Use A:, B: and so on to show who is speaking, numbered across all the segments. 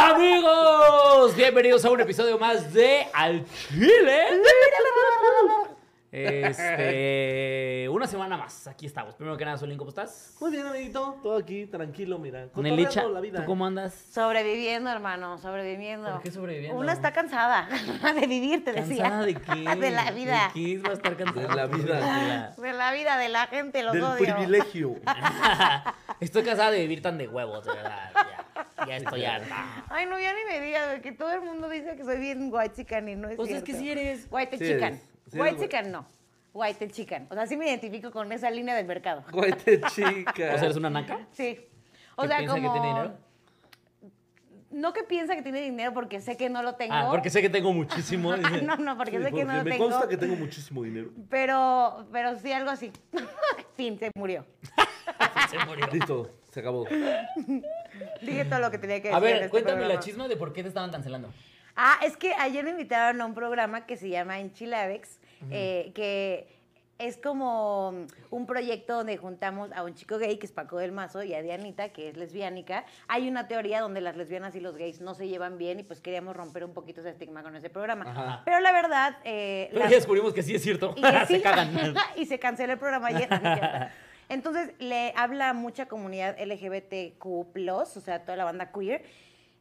A: Amigos, bienvenidos a un episodio más de Al Chile. Este, una semana más, aquí estamos. Primero que nada, Solín, ¿cómo estás?
B: Muy bien, amiguito. Todo aquí, tranquilo, mira.
A: Nelicha,
B: Cotorreando la vida. ¿eh?
A: ¿tú cómo andas?
C: Sobreviviendo, hermano, sobreviviendo.
A: ¿Por qué sobreviviendo?
C: Una está cansada de vivir, te decía.
A: ¿Cansada de qué?
C: De la vida.
A: ¿De qué? Va a estar cansada.
B: De la vida.
C: De la vida de la gente, los
B: Del
C: odio.
B: privilegio.
A: Estoy cansada de vivir tan de huevos, de verdad. Ya, ya estoy harta.
C: Ay, no, ya ni me digas, güey, que todo el mundo dice que soy bien white chican y no es
A: Pues es
C: cierto.
A: que sí eres.
C: White
B: Sí
C: chican.
B: eres, sí
C: white
B: eres
C: chican no. White chican. O sea, sí me identifico con esa línea del mercado.
B: Cuente, chica.
A: O sea, eres una naca.
C: Sí. O
A: ¿Que
C: sea,
A: piensa que
C: como...
A: tiene dinero?
C: No que piensa que tiene dinero porque sé que no lo tengo.
A: Ah, porque sé que tengo muchísimo. dice.
C: no, no,
B: Sí,
C: porque sé que
B: porque
C: no lo
B: me
C: tengo.
B: consta que tengo muchísimo dinero.
C: Pero, pero sí, algo así. fin, se murió.
A: Se murió.
B: Listo, se acabó.
C: Dije todo lo que tenía que decir.
A: A
C: en
A: ver,
C: este
A: cuéntame
C: programa.
A: la chisma de por qué te estaban cancelando.
C: Ah, es que ayer me invitaron a un programa que se llama Enchiladex, eh, que es como un proyecto donde juntamos a un chico gay, que es Paco del Mazo, y a Dianita, que es lesbiánica. Hay una teoría donde las lesbianas y los gays no se llevan bien, y pues queríamos romper un poquito ese estigma con ese programa.
B: Ajá.
C: Pero la verdad... eh,
A: Pero
C: las-
A: ya descubrimos que sí es cierto. Ah,
C: y que
A: Se
C: sí.
A: cagan.
C: y se canceló el programa ayer. no es cierto. Entonces le habla a mucha comunidad LGBTQ, o sea, toda la banda queer.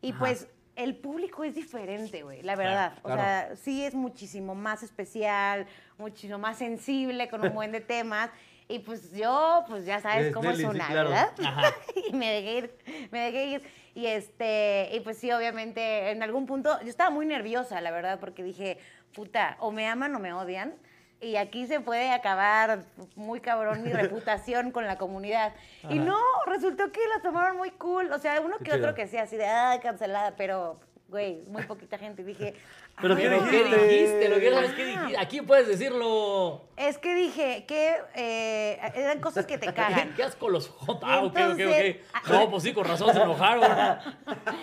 C: Y pues el público es diferente, güey, la verdad.
B: Claro,
C: O sea, sí es muchísimo más especial, muchísimo más sensible, con un buen de temas. Y pues yo, pues ya sabes
B: Es
C: cómo es
B: Nelly, sí,
C: una,
B: claro.
C: ¿verdad?
A: Ajá.
C: y me dejé ir, me dejé ir. Y este, y pues sí, obviamente, en algún punto, yo estaba muy nerviosa, la verdad, porque dije, puta, o me aman o me odian. Y aquí se puede acabar muy cabrón mi reputación con la comunidad. Y no, resultó que la tomaron muy cool. O sea, uno
B: Qué
C: que otro
B: chido.
C: que sea así de, ah, cancelada, pero, güey, muy poquita gente. Dije,
B: Pero
C: "Ah".
B: ¿qué
A: Pero ¿qué
B: dijiste?
A: dijiste? Lo que sabes que dijiste. Aquí puedes decirlo.
C: Es que dije que eh, eran cosas que te cagan.
A: ¿Qué asco los J? Ah, ok, ok,
C: Entonces-
A: ok. No, pues sí, con razón se enojaron.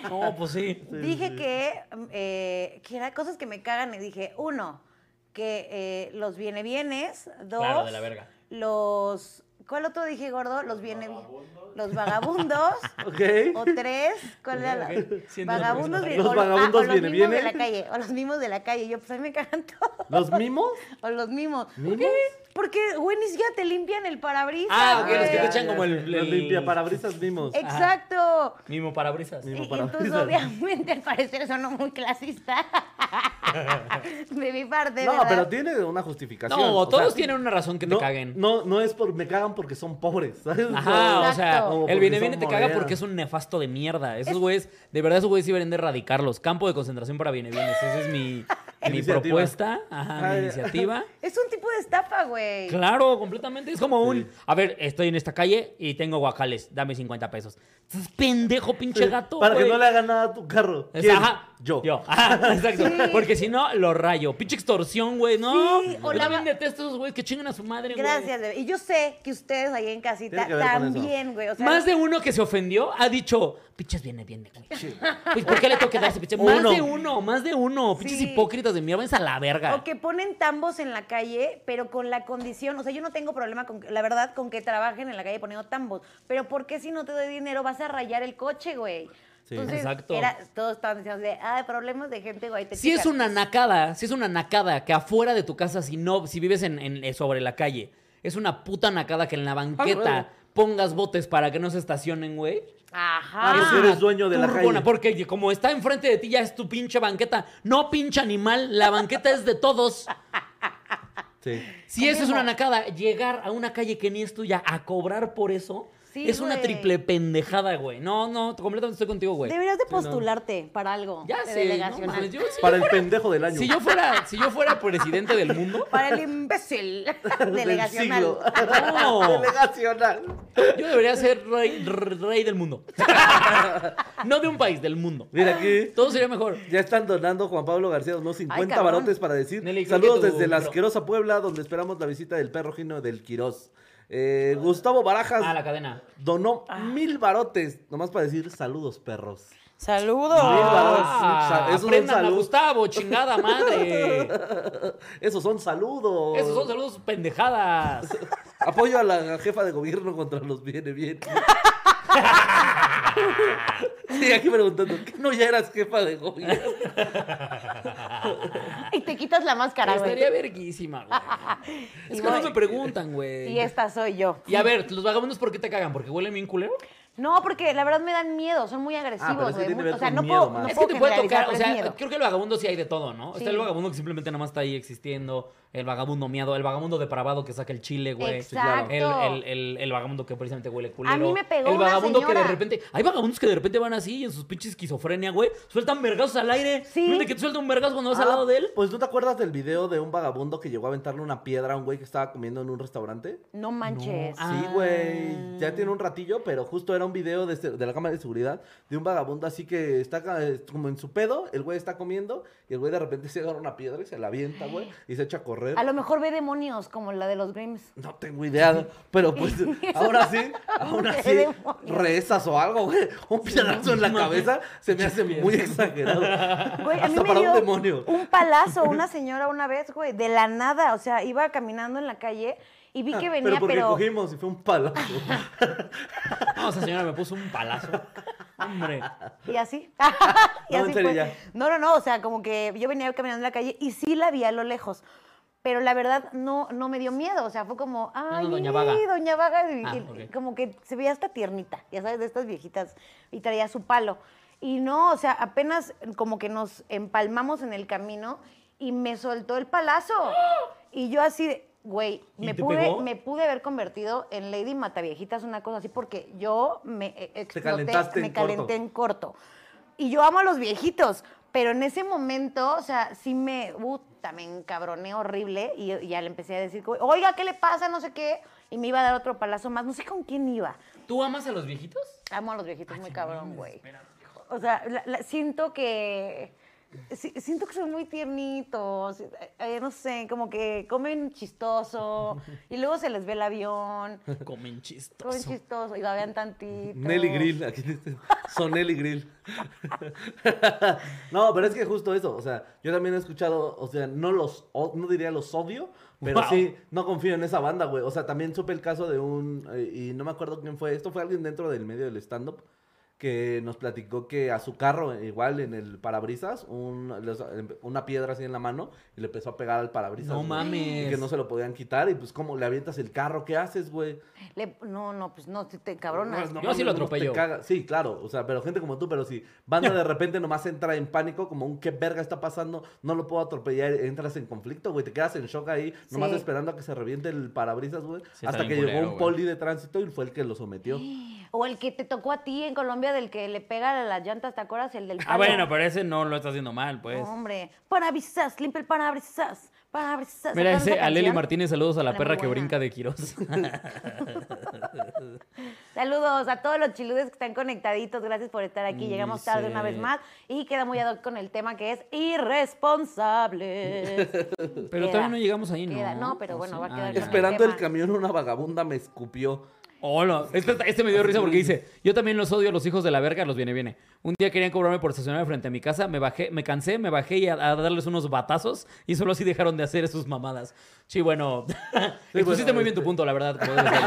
A: No, pues sí.
C: dije que, mm, eh, que eran cosas que me cagan y dije, uno, que eh, los viene bienes, dos,
A: Claro, de la verga.
C: los, ¿cuál otro dije, gordo? Los viene los vagabundos,
B: ¿Ok?
C: o tres, ¿cuál era la?
A: Siento la
C: Vagabundos,
A: próxima.
C: vi-
B: Los
C: o ah, o
B: vagabundos
C: los
B: viene
C: mimos de la
B: bienes.
C: calle, o los mimos de la calle, yo pues a mí me cagan todos,
B: ¿Los mimos?
C: o los mimos.
B: ¿Mimos?
C: Porque, güey, ni siquiera te limpian el parabrisas.
A: Ah, ok, los que
C: güey.
A: te echan como el-
B: Los
A: el-
B: limpiaparabrisas mimos.
C: Exacto.
A: Mimo parabrisas.
B: Mimo.
C: Y- Y
B: para
C: entonces,
B: olvidar.
C: obviamente, al parecer sonó muy clasista. De mi parte,
B: No,
C: ¿verdad?
B: pero tiene una justificación.
A: No,
B: o
A: todos
B: sea,
A: tienen una razón que
B: no,
A: te caguen.
B: No, no es por me cagan porque son pobres, ¿sabes?
A: Ajá, o sea,
C: Exacto.
A: el
B: Como porque
A: viene
B: son
A: viene te caga
B: monedas.
A: porque es un nefasto de mierda. Esos güeyes, de verdad, esos güeyes sí deberían de erradicarlos. Campo de concentración para viene vienes. Esa es mi, mi
B: Iniciativa.
A: propuesta, ajá, mi
B: Ay.
A: iniciativa.
C: Es un tipo de estafa, güey.
A: Claro, completamente. Es como
B: Sí.
A: un. A ver, estoy en esta calle y tengo guacales. Dame 50 pesos. Estás pendejo, pinche gato.
B: Para que
A: güey.
B: no le haga nada a tu carro.
A: Es-
B: ¿Quién?
A: Ajá.
B: Yo.
A: Yo. Ajá, exacto.
C: Sí.
A: Porque si no, lo rayo. Pinche extorsión, güey. No.
C: Sí, o
A: Yo
C: la-
A: también detesto a esos güeyes que chingan a su madre, güey.
C: Gracias. bebé. Y yo sé que ustedes ahí en casita
B: Tiene que ver con
C: también, güey. O sea,
A: Más de uno que se ofendió ha dicho, pinches viene, viene, güey. Pues, ¿por qué le tengo que dar ese pinche? Más
B: Uno.
A: de uno, más de uno. Pinches
C: Sí.
A: hipócritas de mierda, váyanse a la verga.
C: O que ponen tambos en la calle, pero con la condición, o sea, yo no tengo problema con, que- la verdad, con que trabajen en la calle poniendo tambos, pero ¿por qué si no te doy dinero vas a rayar el coche, güey?
B: Sí.
A: Exacto.
C: era- todos estaban diciendo de, ah, problemas de gente, güey. te pues.
A: Si es
C: chican".
A: una nacada, si es una nacada que afuera de tu casa, si no, si vives en, en- eh, sobre la calle, es una puta nacada que en la banqueta
B: Ah, huevo.
A: pongas botes para que no se estacionen, güey.
C: Ajá.
B: Eso
A: Es
B: Ah, eres
A: una
B: dueño de la calle.
A: Porque como está enfrente de ti, ya es tu pinche banqueta. No, pinche animal, la banqueta es de todos.
B: Sí.
A: Si eso es una nacada, llegar a una calle que ni es tuya a cobrar por eso,
C: Sí,
A: es una
C: güey.
A: triple pendejada, güey. No, no, completamente estoy contigo, güey.
C: Deberías de postularte para algo.
A: Pues, Ya
C: de
A: sé, no
C: delegacional.
A: mames, yo sí-
B: Para el pendejo del año.
A: si yo fuera, si yo fuera presidente del mundo,
C: Para el imbécil
B: siglo.
C: delegacional.
A: no.
B: Delegacional.
A: Yo debería ser rey, r- rey del mundo. No de un país, del mundo.
B: Mira aquí.
A: Todo sería mejor.
B: Ya están donando Juan Pablo García unos 50
C: cabrón.
B: barotes para decir
A: Nelly, creo
B: saludos
A: que tu
B: desde la
A: micro-
B: asquerosa Puebla, donde esperamos la visita del perro gino del Quirós. Eh, Gustavo Barajas
A: A Ah, la cadena.
B: donó mil barotes, nomás para decir saludos, perros.
C: Saludos.
A: Ah,
B: Ah, esos son
A: aprendan a
B: salud.
A: Gustavo, chingada madre.
B: Esos son saludos.
A: Esos son saludos pendejadas.
B: Apoyo a la jefa de gobierno contra los viene bien. Sí, aquí preguntando, ¿qué no ya eras jefa de gobierno?
C: Y te quitas la máscara, güey.
A: Estaría verguísima, güey. Es
C: Y
A: que no
C: voy.
A: me preguntan, güey.
C: Y esta soy yo.
A: Y a ver, los vagabundos, ¿por qué te cagan? ¿Porque huelen bien culero?
C: No, porque la verdad me dan miedo, son muy agresivos,
B: pero eso
C: güey.
B: tiene que
C: muy-
B: ver
C: O sea,
B: con
C: no
B: miedo,
C: puedo,
B: man.
C: no
A: es que
C: puedo
A: te puede tocar, o
C: generalizar, pero es
A: sea,
C: miedo.
A: creo que el vagabundo sí hay de todo, ¿no? Está
C: Sí.
A: el vagabundo que simplemente nada más está ahí existiendo, el vagabundo miado, el vagabundo depravado que saca el chile, güey.
C: Sí, claro. Exacto.
A: El, el- el- el vagabundo que precisamente huele culero.
C: A mí me pegó
A: El
C: una
A: vagabundo que de
C: señora.
A: repente... Hay vagabundos que de repente van así y en sus pinches esquizofrenia, güey, sueltan vergazos al aire.
C: Sí. Ah.
A: Mira que te suelta un vergazo cuando vas al lado de él.
B: Pues ¿no te acuerdas del video de un vagabundo que llegó a aventarle una piedra a un güey que estaba comiendo en un restaurante?
C: No manches.
A: No.
B: Sí,
A: Ah.
B: güey. Ya tiene un
C: Ah.
B: ratillo, pero justo era un video de, este- de la cámara de seguridad de un vagabundo así que está ca- eh, como en su pedo, el güey está comiendo y el güey de repente se agarra una piedra y se la avienta, güey, y se echa a correr.
C: A lo mejor ve demonios como la de los Grims.
B: No tengo idea, pero pues ahora sí, aún
C: Qué
B: así,
C: demonios.
B: rezas o algo, güey. Un piedrazo en la cabeza se me hace muy exagerado.
C: Güey, a mí
B: Hasta
C: me
B: para
C: dio
B: un demonio.
C: un palazo, una señora una vez, güey, de la nada. O sea, iba caminando en la calle y vi que venía,
B: Ah, pero porque
C: pero.
B: cogimos y fue un palazo.
A: No, esa señora me puso un palazo. Hombre.
C: Y así. y
B: No, en
C: así
B: serio,
C: fue.
B: ya.
C: No, no, no. O sea, como que yo venía caminando en la calle y sí la vi a lo lejos. Pero la verdad no, no me dio miedo. O sea, fue como, ay,
A: no, Doña Vaga".
C: Doña Vaga", y-
A: Ah,
C: y-
A: ok.
C: como que se veía hasta tiernita, ya sabes, de estas viejitas. Y traía su palo. Y no, o sea, apenas como que nos empalmamos en el camino y me soltó el palazo. Y yo así, de, güey,
A: ¿Y
C: me
A: te
C: pude,
A: pegó?
C: me pude haber convertido en Lady Mataviejitas, una cosa así, porque yo me eh, exploté,
B: calentaste
C: me
B: en corto.
C: calenté en corto. Y yo amo a los viejitos, pero en ese momento, o sea, sí me, puta, me encabroné horrible y, y ya le empecé a decir, como, oiga, ¿qué le pasa? No sé qué. Y me iba a dar otro palazo más, no sé con quién iba.
A: ¿Tú amas a los viejitos?
C: Amo a los viejitos muy cabrón, güey. O sea, la- la- siento que... si- siento que son muy tiernitos, eh, no sé, como que comen chistoso y luego se les ve el avión,
A: Comen
C: comen
A: chistoso.
C: chistoso y babean tantito.
B: Nelly Grill, aquí dice, son Nelly Grill. no, pero es que justo eso, o sea, yo también he escuchado, o sea, no los, o- no diría los odio, pero
A: Wow.
B: sí, no confío en esa banda, güey. O sea, también supe el caso de un, eh, y no me acuerdo quién fue, esto fue alguien dentro del medio del stand-up que nos platicó que a su carro, eh, igual en el parabrisas, un- les- una piedra así en la mano y le empezó a pegar al parabrisas.
A: No
B: güey.
A: mames.
B: Y que no se lo podían quitar y pues como le avientas el carro, ¿qué haces, güey?
C: Le- no, no, pues no, te, te cabronas.
A: Yo sí lo
B: mames,
A: atropello.
B: te caga. Sí, claro, o sea, pero gente como tú, pero si banda de repente nomás entra en pánico, como un qué verga está pasando, no lo puedo atropellar, entras en conflicto, güey, te quedas en shock ahí, nomás
C: Sí.
B: esperando a que se reviente el parabrisas, güey,
D: Sí, está
B: hasta
D: bien
B: que llegó
D: culero,
B: un
D: güey.
B: poli de tránsito y fue el que lo sometió.
C: O el que te tocó a ti en Colombia, del que le pega a las llantas, ¿te acuerdas? El del
A: Ah,
C: palo.
A: bueno, pero ese no lo está haciendo mal,
C: No,
A: pues.
C: Hombre, parabrisas, limpia el parabrisas, parabrisas.
A: Mira,
C: ¿Se acuerdan de
A: ese
C: esa
A: a Leli
C: canción?
A: Martínez, saludos a la
C: Era
A: perra
C: muy
A: que
C: buena.
A: brinca de Quirós.
C: Saludos a todos los chiludes que están conectaditos. Gracias por estar aquí. Llegamos
A: Mm, Dice-
C: tarde una vez más y queda muy ad hoc con el tema que es irresponsables.
A: Pero todavía no llegamos ahí, ¿no?
C: Queda- no, pero
A: ¿O
C: bueno,
A: sí?
C: va a quedar
A: ya.
C: en
B: Esperando el
C: tema.
B: camión, una vagabunda me escupió.
A: Hola, este, este me dio risa porque dice, yo también los odio a los hijos de la verga, los viene, viene. Un día querían cobrarme por estacionarme frente a mi casa, me bajé, me cansé, me bajé y a, a darles unos batazos y solo así dejaron de hacer sus mamadas. Sí, bueno, expusiste
B: bueno,
A: muy bien tu
B: este-
A: punto, la verdad. como debe ser.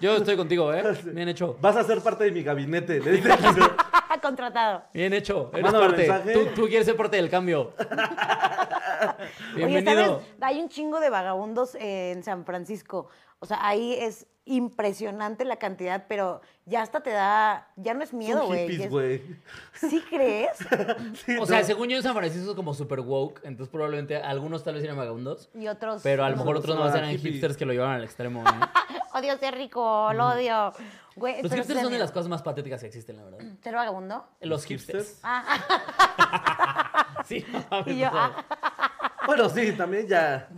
A: Yo estoy contigo, ¿eh? Bien hecho.
B: Vas a ser parte de mi gabinete, le dije. al señor.
C: Contratado.
A: Bien hecho, eres
B: Mándame
A: parte.
B: mensaje.
A: Tú, tú quieres ser parte del cambio. Bienvenido.
C: Oye, ¿sabes? Hay un chingo de vagabundos en San Francisco. O sea, ahí es impresionante la cantidad, pero ya hasta te da, ya no es miedo,
B: Son
C: güey. ya
B: hippies,
C: es-
B: güey.
C: ¿Sí crees?
B: Sí,
A: O sea,
B: no.
A: según yo en San Francisco es como super woke, entonces probablemente algunos tal vez eran vagabundos,
C: Y otros.
A: pero a lo
B: No,
A: mejor otros
B: no,
A: más eran
B: hippie.
A: hipsters que lo llevaron al extremo. ¿no?
C: Odio ser rico, lo odio. Güey,
A: Los
C: pero
A: hipsters son de
C: también-
A: las cosas más patéticas que existen, la verdad.
C: ¿Ser vagabundo?
A: Los hipsters.
C: Ah,
A: Sí, no mames,
C: Y yo, ah.
A: o sea,
B: Bueno, sí, también ya.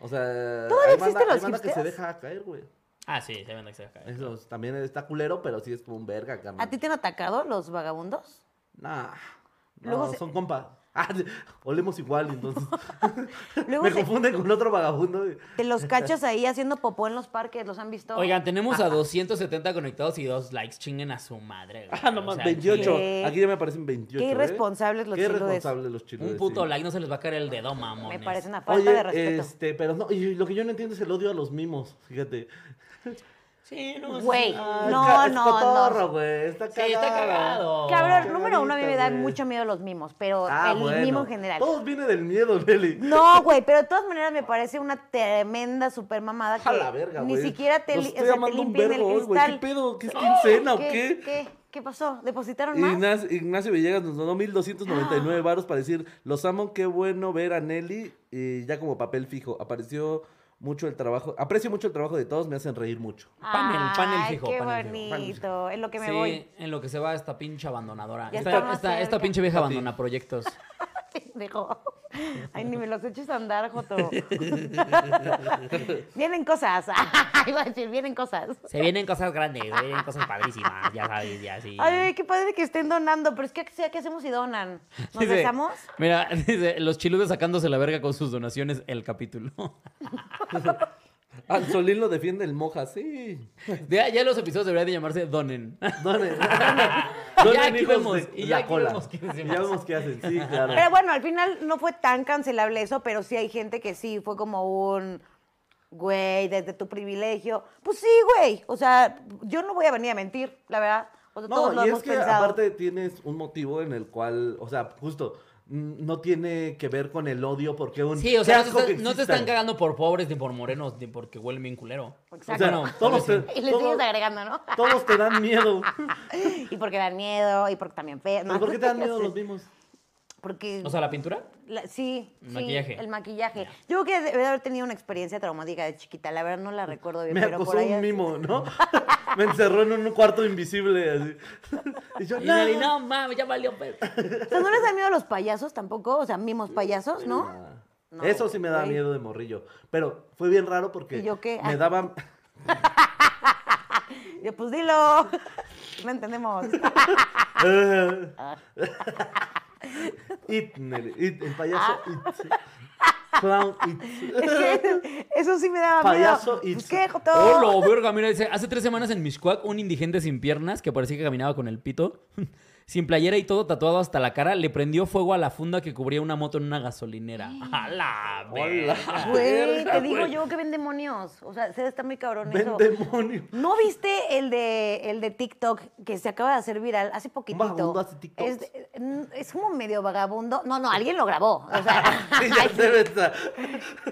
B: O sea.
C: ¿Todavía
B: hay banda-
C: existen
B: hay
C: los
B: banda que se
C: hipsters?
B: deja caer, güey.
A: Ah, sí, se ven que se cae.
B: Eso es- también está culero, pero sí es como un verga, carnal.
C: ¿A ti te han atacado los vagabundos?
B: Nah.
C: Luego
B: No,
C: se-
B: son compas. Ah, olemos igual, entonces.
C: Luego
B: Me
C: se-
B: confunden con otro vagabundo. güey.
C: te los cachas ahí haciendo popó en los parques, ¿los han visto?
A: Oigan, tenemos a 270 conectados y dos likes. Chinguen a su madre. güey.
B: Ah, no
A: O
B: más,
A: sea,
B: 28.
A: aquí
C: ¿qué?
B: Aquí ya me aparecen 28.
C: Qué irresponsables los
B: Qué
C: chiludes.
B: irresponsables los chiludes.
A: Un puto
B: sí. Ah,
A: like no se les va a caer el dedo,
C: Me
A: mamones.
C: parece una falta
B: Oye,
C: de respeto.
B: este, pero no, y lo que yo no entiendo es el odio a los mimos, fíjate.
A: Sí, no. sí.
C: Güey.
B: Ah,
C: No,
B: ca- es
C: no,
B: cotorro,
C: no.
B: güey, está
A: Sí, está cagado.
C: Cabrón, número uno, a mí me da
B: güey.
C: mucho miedo los mimos, pero
B: Ah,
C: el
B: bueno.
C: mimo en general.
B: Todos viene del miedo, Leli.
C: No, güey, pero de todas maneras me parece una tremenda super mamada que
B: A la verga,
C: ni
B: güey.
C: siquiera te,
B: Los
C: li-
B: estoy
C: o sea, te
B: llamando un
C: limpian el
B: vergo hoy, güey.
C: cristal.
B: ¿Qué pedo? ¿Qué es quincena o qué?
C: ¿Qué? ¿Qué pasó? ¿Depositaron más?
B: Ignacio, Ignacio Villegas nos donó 1299 varos para decir, los amo, qué bueno ver a Nelly y ya como papel fijo. Apareció mucho el trabajo, aprecio mucho el trabajo de todos, me hacen reír mucho.
A: Panel, panel
C: Ay,
A: fijo,
C: qué
A: panel fijo,
C: bonito.
B: panel
C: Es lo que me
A: Sí,
C: voy.
A: en lo que se va esta pinche abandonadora.
C: Ya
A: Esta,
C: está más
A: esta, esta
C: cerca.
A: pinche vieja
B: A ti.
A: abandona proyectos.
C: Pendejo. Ay, ni me los eches a andar, Joto. vienen cosas. Iba a decir, vienen cosas.
A: Se vienen cosas grandes, se vienen cosas padrísimas, ya sabes, ya sí.
C: Ay, qué padre que estén donando, pero es que ¿qué hacemos si donan? ¿Nos
A: Dice,
C: besamos?
A: Mira, dice, los chiludes sacándose la verga con sus donaciones el capítulo.
B: Al Ah, Solín lo defiende el moja, sí.
A: Ya, ya los episodios deberían de llamarse Donen.
B: Donen,
A: Ya
B: donen
A: aquí
B: hijos
A: vemos,
B: de
A: y ya
B: la
A: aquí
B: cola.
A: vemos qué
B: Y
A: hacemos.
B: ya vemos qué hacen, sí, claro.
C: Pero bueno, al final no fue tan cancelable eso, pero sí hay gente que sí fue como un güey, desde tu privilegio. Pues sí, güey. O sea, yo no voy a venir a mentir, la verdad. O sea, todos lo
B: No, y
C: hemos
B: es que
C: pensado.
B: aparte tienes un motivo en el cual, o sea, justo, mm, no tiene que ver con el odio porque un...
A: Sí, o
B: qué
A: sea, no te,
B: asco
A: estás-
B: que
A: no te
B: existan.
A: están cagando por pobres ni por morenos, ni porque huelen bien culero.
B: O
C: Exacto.
B: sea,
A: Bueno, pues,
B: todos, te,
C: y le
B: todos,
C: sigues agregando, ¿no?
B: todos te dan miedo.
C: Y porque dan miedo, y porque también fe-
B: ¿Pero
C: no,
B: por qué te dan miedo
C: ya sé.
B: los mismos?
C: Porque.
A: O sea, la pintura.
C: la- sí,
A: el
C: sí,
A: maquillaje.
C: el maquillaje. Yo creo que debe haber tenido una experiencia traumática de chiquita. La verdad no la recuerdo bien,
B: Me
C: pero
B: acosó
C: por ahí.
B: un mimo, ¿no? Me encerró en un cuarto invisible, así. Y yo,
A: Y
B: no.
A: nadie, no mames, ya valió. pues".
C: O sea, ¿no les dan miedo a los payasos tampoco? O sea, mimos payasos, ¿no?
B: Nah.
C: No,
B: Eso sí me da
C: güey.
B: miedo de morrillo. Pero fue bien raro porque
C: ¿Y yo qué?
B: me
C: Ah.
B: daban...
C: Yo, pues dilo. No entendemos.
B: It, Nelly, it, el payaso It. Clown It.
C: Ah. Es que eso sí me daba
B: Payaso
C: miedo.
B: y-
C: Pues, ¿Qué, Joto?
A: Hola, verga, mira, dice, hace tres semanas en Mishcuac, un indigente sin piernas que parecía que caminaba con el pito, sin playera y todo tatuado hasta la cara, le prendió fuego a la funda que cubría una moto en una gasolinera. ¡A la verga!
B: Hola.
C: Güey, te
B: Verga,
C: digo
B: güey.
C: yo que ven demonios. O sea, se está muy cabrón
B: Ven
C: eso.
B: demonio.
C: ¿No viste el de, el de TikTok que se acaba de hacer viral hace poquitito?
B: vagabundo hace TikToks?
C: Es, de- n- es como medio vagabundo. No, no, alguien lo grabó. O sea,
B: Sí, ya se ve esa.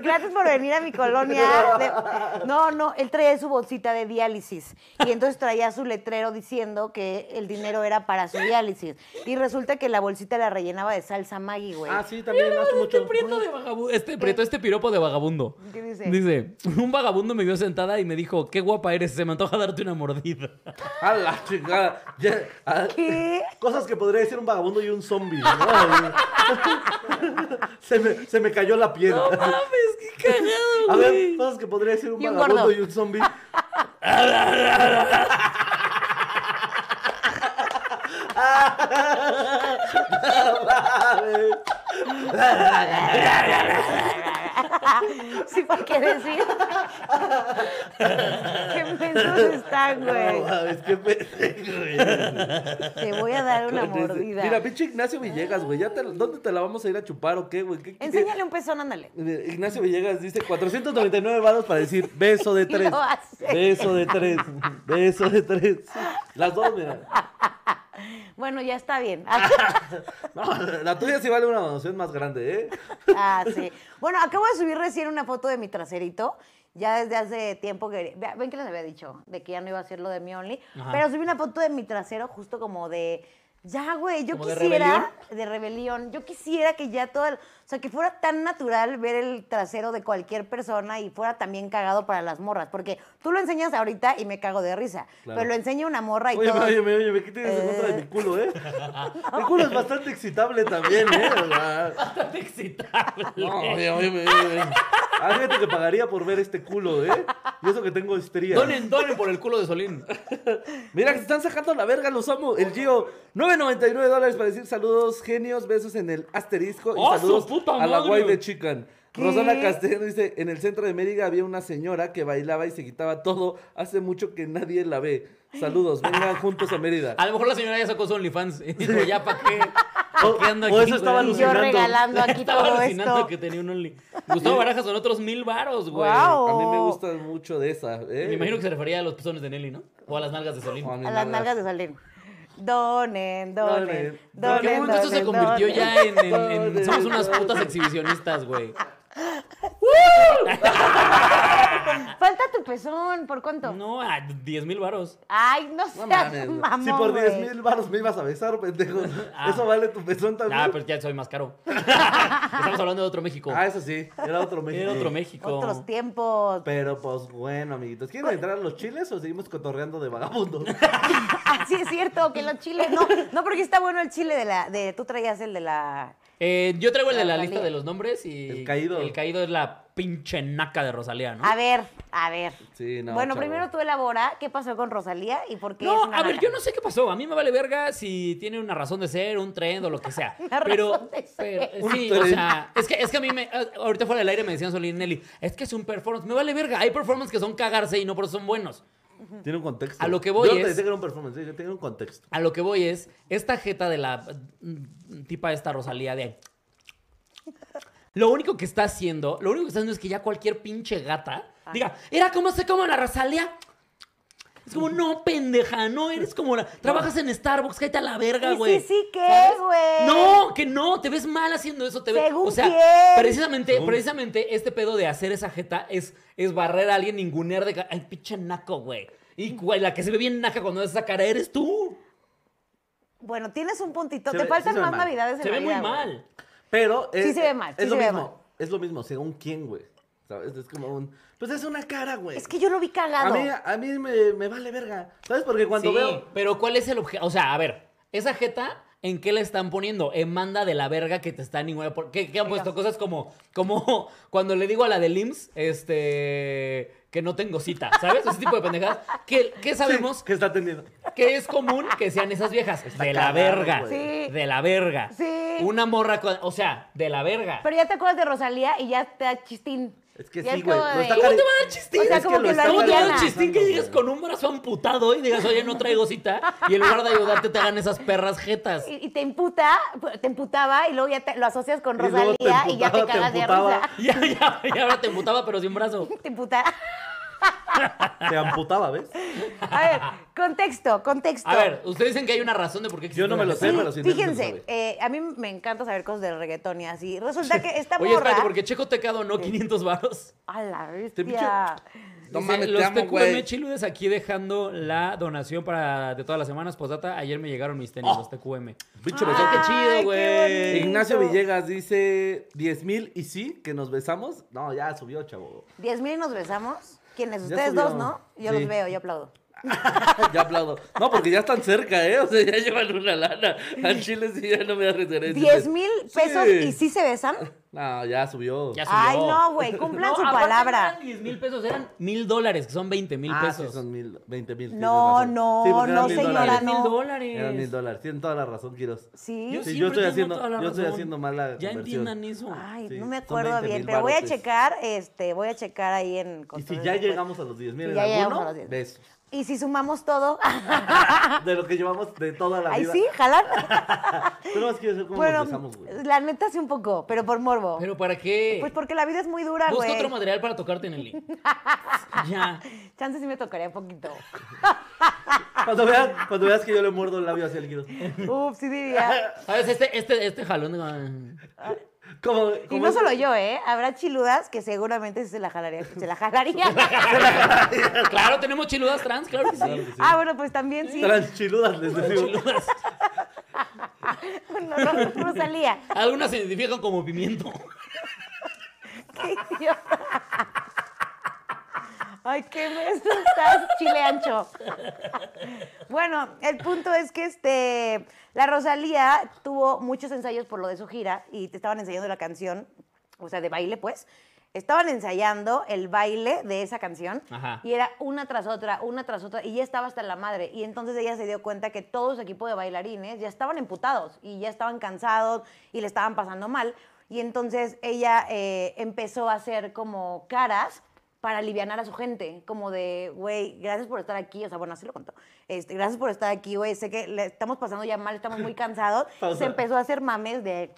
C: gracias por venir a mi colonia. De- No, no, él traía su bolsita de diálisis y entonces traía su letrero diciendo que el dinero era para su diálisis. Y resulta que la bolsita la rellenaba de salsa Maggi, güey.
B: Ah, sí, también hace mucho.
A: Este prieto de vagabundo. Este prieto, este piropo de vagabundo.
C: ¿Qué dice?
A: Dice, un vagabundo me vio sentada y me dijo, qué guapa eres, se me antoja darte una mordida.
B: A la chingada. Ya, ah,
C: ¿Qué?
B: Cosas que podría decir un vagabundo y un zombie. ¿no? se, me, se me cayó la piel.
A: No mames, qué
B: A
A: cagado,
B: ver,
A: güey.
B: cosas que podría decir un
C: Y un
B: vagabundo
C: gordo.
B: y un zombie.
C: Sí, ¿por qué decir? qué mensos están, güey.
B: Es que
C: Te voy a dar una mordida.
B: Mira, pinche Ignacio Villegas, güey. ya te- ¿Dónde te la vamos a ir a chupar o qué, güey? ¿Qué- qué-
C: Enséñale un pezón, ándale.
B: Eh, Ignacio Villegas dice 499 varos para decir beso de
C: Y lo
B: tres.
C: hace.
B: Beso de tres. Beso de tres. Las dos, mira.
C: Bueno, ya está bien.
B: No, la tuya sí vale una donación más grande, ¿eh?
C: Ah, sí. Bueno, acabo de subir recién una foto de mi traserito. Ya desde hace tiempo que... vea, Ven que les había dicho de que ya no iba a hacer lo de mi Only.
A: Ajá.
C: Pero subí una foto de mi trasero justo como de Ya, güey, yo
A: ¿Como de
C: quisiera de rebelión. Yo quisiera que ya todo, el- o sea, que fuera tan natural ver el trasero de cualquier persona y fuera también cagado para las morras, porque tú lo enseñas ahorita y me cago de risa,
B: Claro.
C: pero lo enseña una morra y
B: Oye,
C: todo.
B: oye, oye, oye, ¿qué tienes en contra de mi culo, eh? Mi culo es bastante excitable también, eh. O sea,
A: Bastante excitable.
B: no, oye, oye, oye, oye. Hay gente Ah, que pagaría por ver este culo, eh. Y eso que tengo estrías.
A: Donen, donen por el culo de Solín.
B: Mira, que se están sacando la verga, los amo. El Gio, 9.99 dólares para decir saludos, genios, besos en el asterisco y
A: ¡Oh, su
B: saludos
A: puta
B: a la
A: madre!
B: guay de Chican.
C: ¿Qué?
B: Rosana Castellano dice, en el centro de Mérida había una señora que bailaba y se quitaba todo. Hace mucho que nadie la ve. Saludos, vengan juntos a Mérida.
A: A lo mejor la señora ya sacó su OnlyFans y dijo, ya, ¿para qué?
B: O-
A: ¿Qué ando
B: o
A: aquí,
B: eso estaba
A: güey?
C: Y yo
B: alucinando.
C: regalando aquí
A: Estaba
C: todo
A: alucinando
C: esto.
A: que tenía un Only. Gustavo Barajas son otros mil varos, güey.
C: Guau.
B: A mí me gusta mucho de esa. ¿eh?
A: oh. Me imagino que se refería a los pezones de Nelly, ¿no? O a las nalgas de Solín.
B: O a mis
C: A las nalgas de Salem. Donen, donen,
B: Donen.
A: ¿En qué
C: donen.
A: momento esto se
C: donen,
A: convirtió
C: donen.
A: ya en, en- en-
B: Donen,
A: Somos unas
B: donen.
A: putas exhibicionistas, güey.
C: Falta tu pezón, ¿por cuánto?
A: No, a 10 mil varos.
C: Ay, no
B: No
C: seas
B: mames, güey.
C: mamón,
B: si por 10
C: güey.
B: mil baros me ibas a besar, pendejo.
A: Ah.
B: Eso vale tu pezón también.
A: Ah, pero ya soy más caro. Estamos hablando de otro México.
B: Ah, eso sí, era otro México.
A: Era otro México.
C: Otros tiempos.
B: Pero pues bueno, amiguitos, ¿quieren entrar a los chiles o seguimos cotorreando de vagabundo?
C: Así Ah, es cierto, que los chiles. No, no, porque está bueno el chile de la. De, tú traías el de la.
A: Eh, yo traigo el de la
C: Rosalía.
A: lista de los nombres y.
B: El caído.
A: El caído es la pinche naca de Rosalía, ¿no?
C: A ver, a ver.
B: Sí, no,
C: bueno,
B: chavo.
C: primero tú elabora qué pasó con Rosalía y por qué. es
A: No,
C: una
A: a ver,
C: vaca.
A: yo no sé qué pasó. A mí me vale verga si tiene una razón de ser, un trend o lo que sea.
C: Una razón
A: Pero,
C: de
A: pero,
C: ser.
A: sí,
B: Un
A: o
B: trend.
A: sea, es que, es que a mí me. a- Ahorita fuera del aire me decían Solín Nelly, es que es un performance. Me vale verga. Hay performances que son cagarse y no por eso son buenos.
B: Tiene un contexto.
A: A lo que voy
B: yo no te
A: es-
B: decía que era un performance, sí, yo tenía un contexto.
A: A lo que voy es, esta jeta de la mm, tipa esta Rosalía de... Lo único que está haciendo, lo único que está haciendo es que ya cualquier pinche gata
C: Ah.
A: diga, era como se como la Rosalía. Es como, no, pendeja, no eres como la... Trabajas en Starbucks, cállate a la verga,
C: Y
A: güey.
C: sí, sí, ¿qué,
A: ¿Sabes?
C: güey?
A: No, que no, te ves mal haciendo eso. Te ves-
C: Según
A: o sea,
C: quién.
A: precisamente,
B: Según-
A: precisamente este pedo de hacer esa jeta es, es barrer a alguien, ningunear de... ca- Ay, pinche naco, güey. Y güey, la que se ve bien naca cuando haces esa cara eres tú.
C: Bueno, tienes un puntito.
B: Se
C: te
B: ve- sí
C: faltan
B: se ve
C: más
B: mal.
C: navidades en
A: Se
C: la
A: ve muy
C: vida, güey.
A: mal.
B: Pero
C: Sí se ve mal,
B: Es
C: sí
B: lo
C: se ve
B: mismo,
C: mal.
B: es lo mismo, según quién, güey. ¿Sabes? Es como un. Pues es una cara, güey.
C: Es que yo lo vi
B: a
C: cagado.
B: mí, a mí me, me vale verga. ¿Sabes? Porque cuando
A: Sí,
B: veo.
A: pero ¿cuál es el objeto? O sea, a ver, esa jeta, ¿en qué la están poniendo? En manda de la verga que te está ninguna. ¿Por qué, qué han puesto? Cosas como, como cuando le digo a la de IMSS, este. Que no tengo cita, ¿sabes? Ese tipo de pendejadas. ¿Qué, qué sabemos?
B: Sí, que está atendiendo.
A: que es común que sean esas viejas. de la
B: cagado,
A: verga.
C: güey. Sí.
A: De la verga.
C: Sí.
A: Una morra, con- o sea, de la verga.
C: Pero ya te acuerdas de Rosalía y ya te da chistín.
B: Es que
C: Ya
B: sí, güey.
C: como
B: lo
C: de-
B: está
A: ¿Cómo
B: cari-
A: te va a dar chistín?
C: O sea,
B: Es que
C: como
B: lo
C: que lo
B: está
A: ¿Cómo te va a dar
C: aliviana.
A: chistín que
B: cari-
A: llegues con un brazo amputado y digas, oye, no traigo cita? Y en lugar de ayudarte te hagan esas perras jetas.
C: Y, y te imputa, te imputaba y luego ya te- lo asocias con
B: Y luego
C: Rosalía
B: te
C: y, ya te
B: emputaba, te
C: cagas de
B: emputaba.
C: risa.
A: Y, ya- y ahora te emputaba, pero sin brazo.
C: Te imputa.
B: Te amputaba, ¿ves?
A: Ah.
C: A ver, contexto, contexto.
A: A ver, ustedes dicen que hay una razón de por qué existe
B: Yo no me
A: una
B: lo sé,
A: jeta.
B: pero los indios no
C: Fíjense,
B: saben.
C: eh, a mí me encanta saber cosas del reggaetón y así. Resulta que esta
A: Oye,
C: morra...
A: espérate, porque Checo te quedó, ¿no? 500 varos.
C: A la
B: Te
C: bestia.
B: No
A: Dice,
B: mames, te
A: los
B: amo,
A: TQM
B: güey.
A: chiludes aquí dejando la donación para de todas las semanas. Posdata, ayer me llegaron mis tenis,
B: Oh.
A: los TQM.
B: Bicho,
A: Ay,
B: besote.
A: qué chido,
C: qué
A: güey.
C: bonito.
B: Ignacio Villegas dice 10 mil y sí, que nos besamos. No, ya subió, chavo.
C: Diez mil y nos besamos. Quienes
B: Ya
C: ustedes dos,
B: subió.
C: ¿no? Yo
B: Sí.
C: los veo, yo aplaudo.
B: ya aplaudo. No, porque ya están cerca, ¿eh? O sea, ya llevan una lana. Al chile sí ya no me da referencia.
C: Diez mil pesos
B: Sí.
C: y sí se besan.
B: No, ya subió.
A: Ya subió.
C: Ay, no, güey, cumplan
A: No,
C: su
A: aparte
C: palabra.
A: No eran 10 mil pesos, eran mil dólares, que son 20 mil
B: Ah,
A: pesos.
B: sí, son mil, 20 mil.
C: No, no, no, señora,
A: Eran
C: no.
A: mil dólares.
B: Eran mil dólares. Tienen toda la razón, Quiros.
C: Sí.
A: Yo siempre
B: Sí, estoy
A: tengo
B: haciendo-
A: toda la
B: yo estoy
A: razón.
B: haciendo mal la
A: Ya
B: conversión.
A: entiendan eso.
C: Ay,
B: Sí,
C: no me
B: son
C: acuerdo
B: 20,000
C: bien, pero voy a
B: barotes.
C: checar, este, voy a checar ahí en
B: Y si
C: contadores
B: ya
C: después.
B: llegamos a los 10 mil
C: pues, Si
B: en
C: ya llegamos a
B: alguno,
C: los 10,000.
B: besos.
C: Y si sumamos todo,
B: De lo que llevamos de toda la
C: ahí
B: vida.
C: sí, jalar.
B: Tú nomás quieres ver cómo
C: bueno,
B: nos besamos, güey.
C: la neta sí un poco, pero por morbo.
A: ¿Pero para qué?
C: pues porque la vida es muy dura,
A: Busca
C: güey.
A: otro material para tocarte, Nelly. ya.
C: Chance sí me tocaría un poquito.
B: Cuando veas, cuando veas que yo le muerdo el labio hacia el Quiros.
C: Uf, sí diría.
A: ¿Sabes? Este, este, este jalón. ah,
B: Como,
C: Y
B: como
C: no
B: ese-
C: solo yo, ¿eh? Habrá chiludas que seguramente sí se la jalaría. Se la jalaría.
A: Claro, tenemos chiludas trans, claro que sí.
B: Sí.
C: ah, bueno, pues también sí.
B: Tranchiludas, les decimos.
A: Chiludas.
C: no, no, no salía.
A: Algunas se identifican como pimiento.
C: Qué idiota. Ay, qué beso estás, chile ancho. Bueno, el punto es que este, la Rosalía tuvo muchos ensayos por lo de su gira y te estaban ensayando la canción, o sea, de baile, pues. Estaban ensayando el baile de esa canción
A: Ajá.
C: y era una tras otra, una tras otra, y ya estaba hasta la madre. Y entonces ella se dio cuenta que todo su equipo de bailarines ya estaban emputados y ya estaban cansados y le estaban pasando mal. Y entonces ella eh, empezó a hacer como caras para alivianar a su gente, como de, güey, gracias por estar aquí, o sea, bueno, así lo contó, este, gracias por estar aquí, güey, sé que le estamos pasando ya mal, estamos muy cansados,
B: Pausa.
C: se empezó a hacer mames de...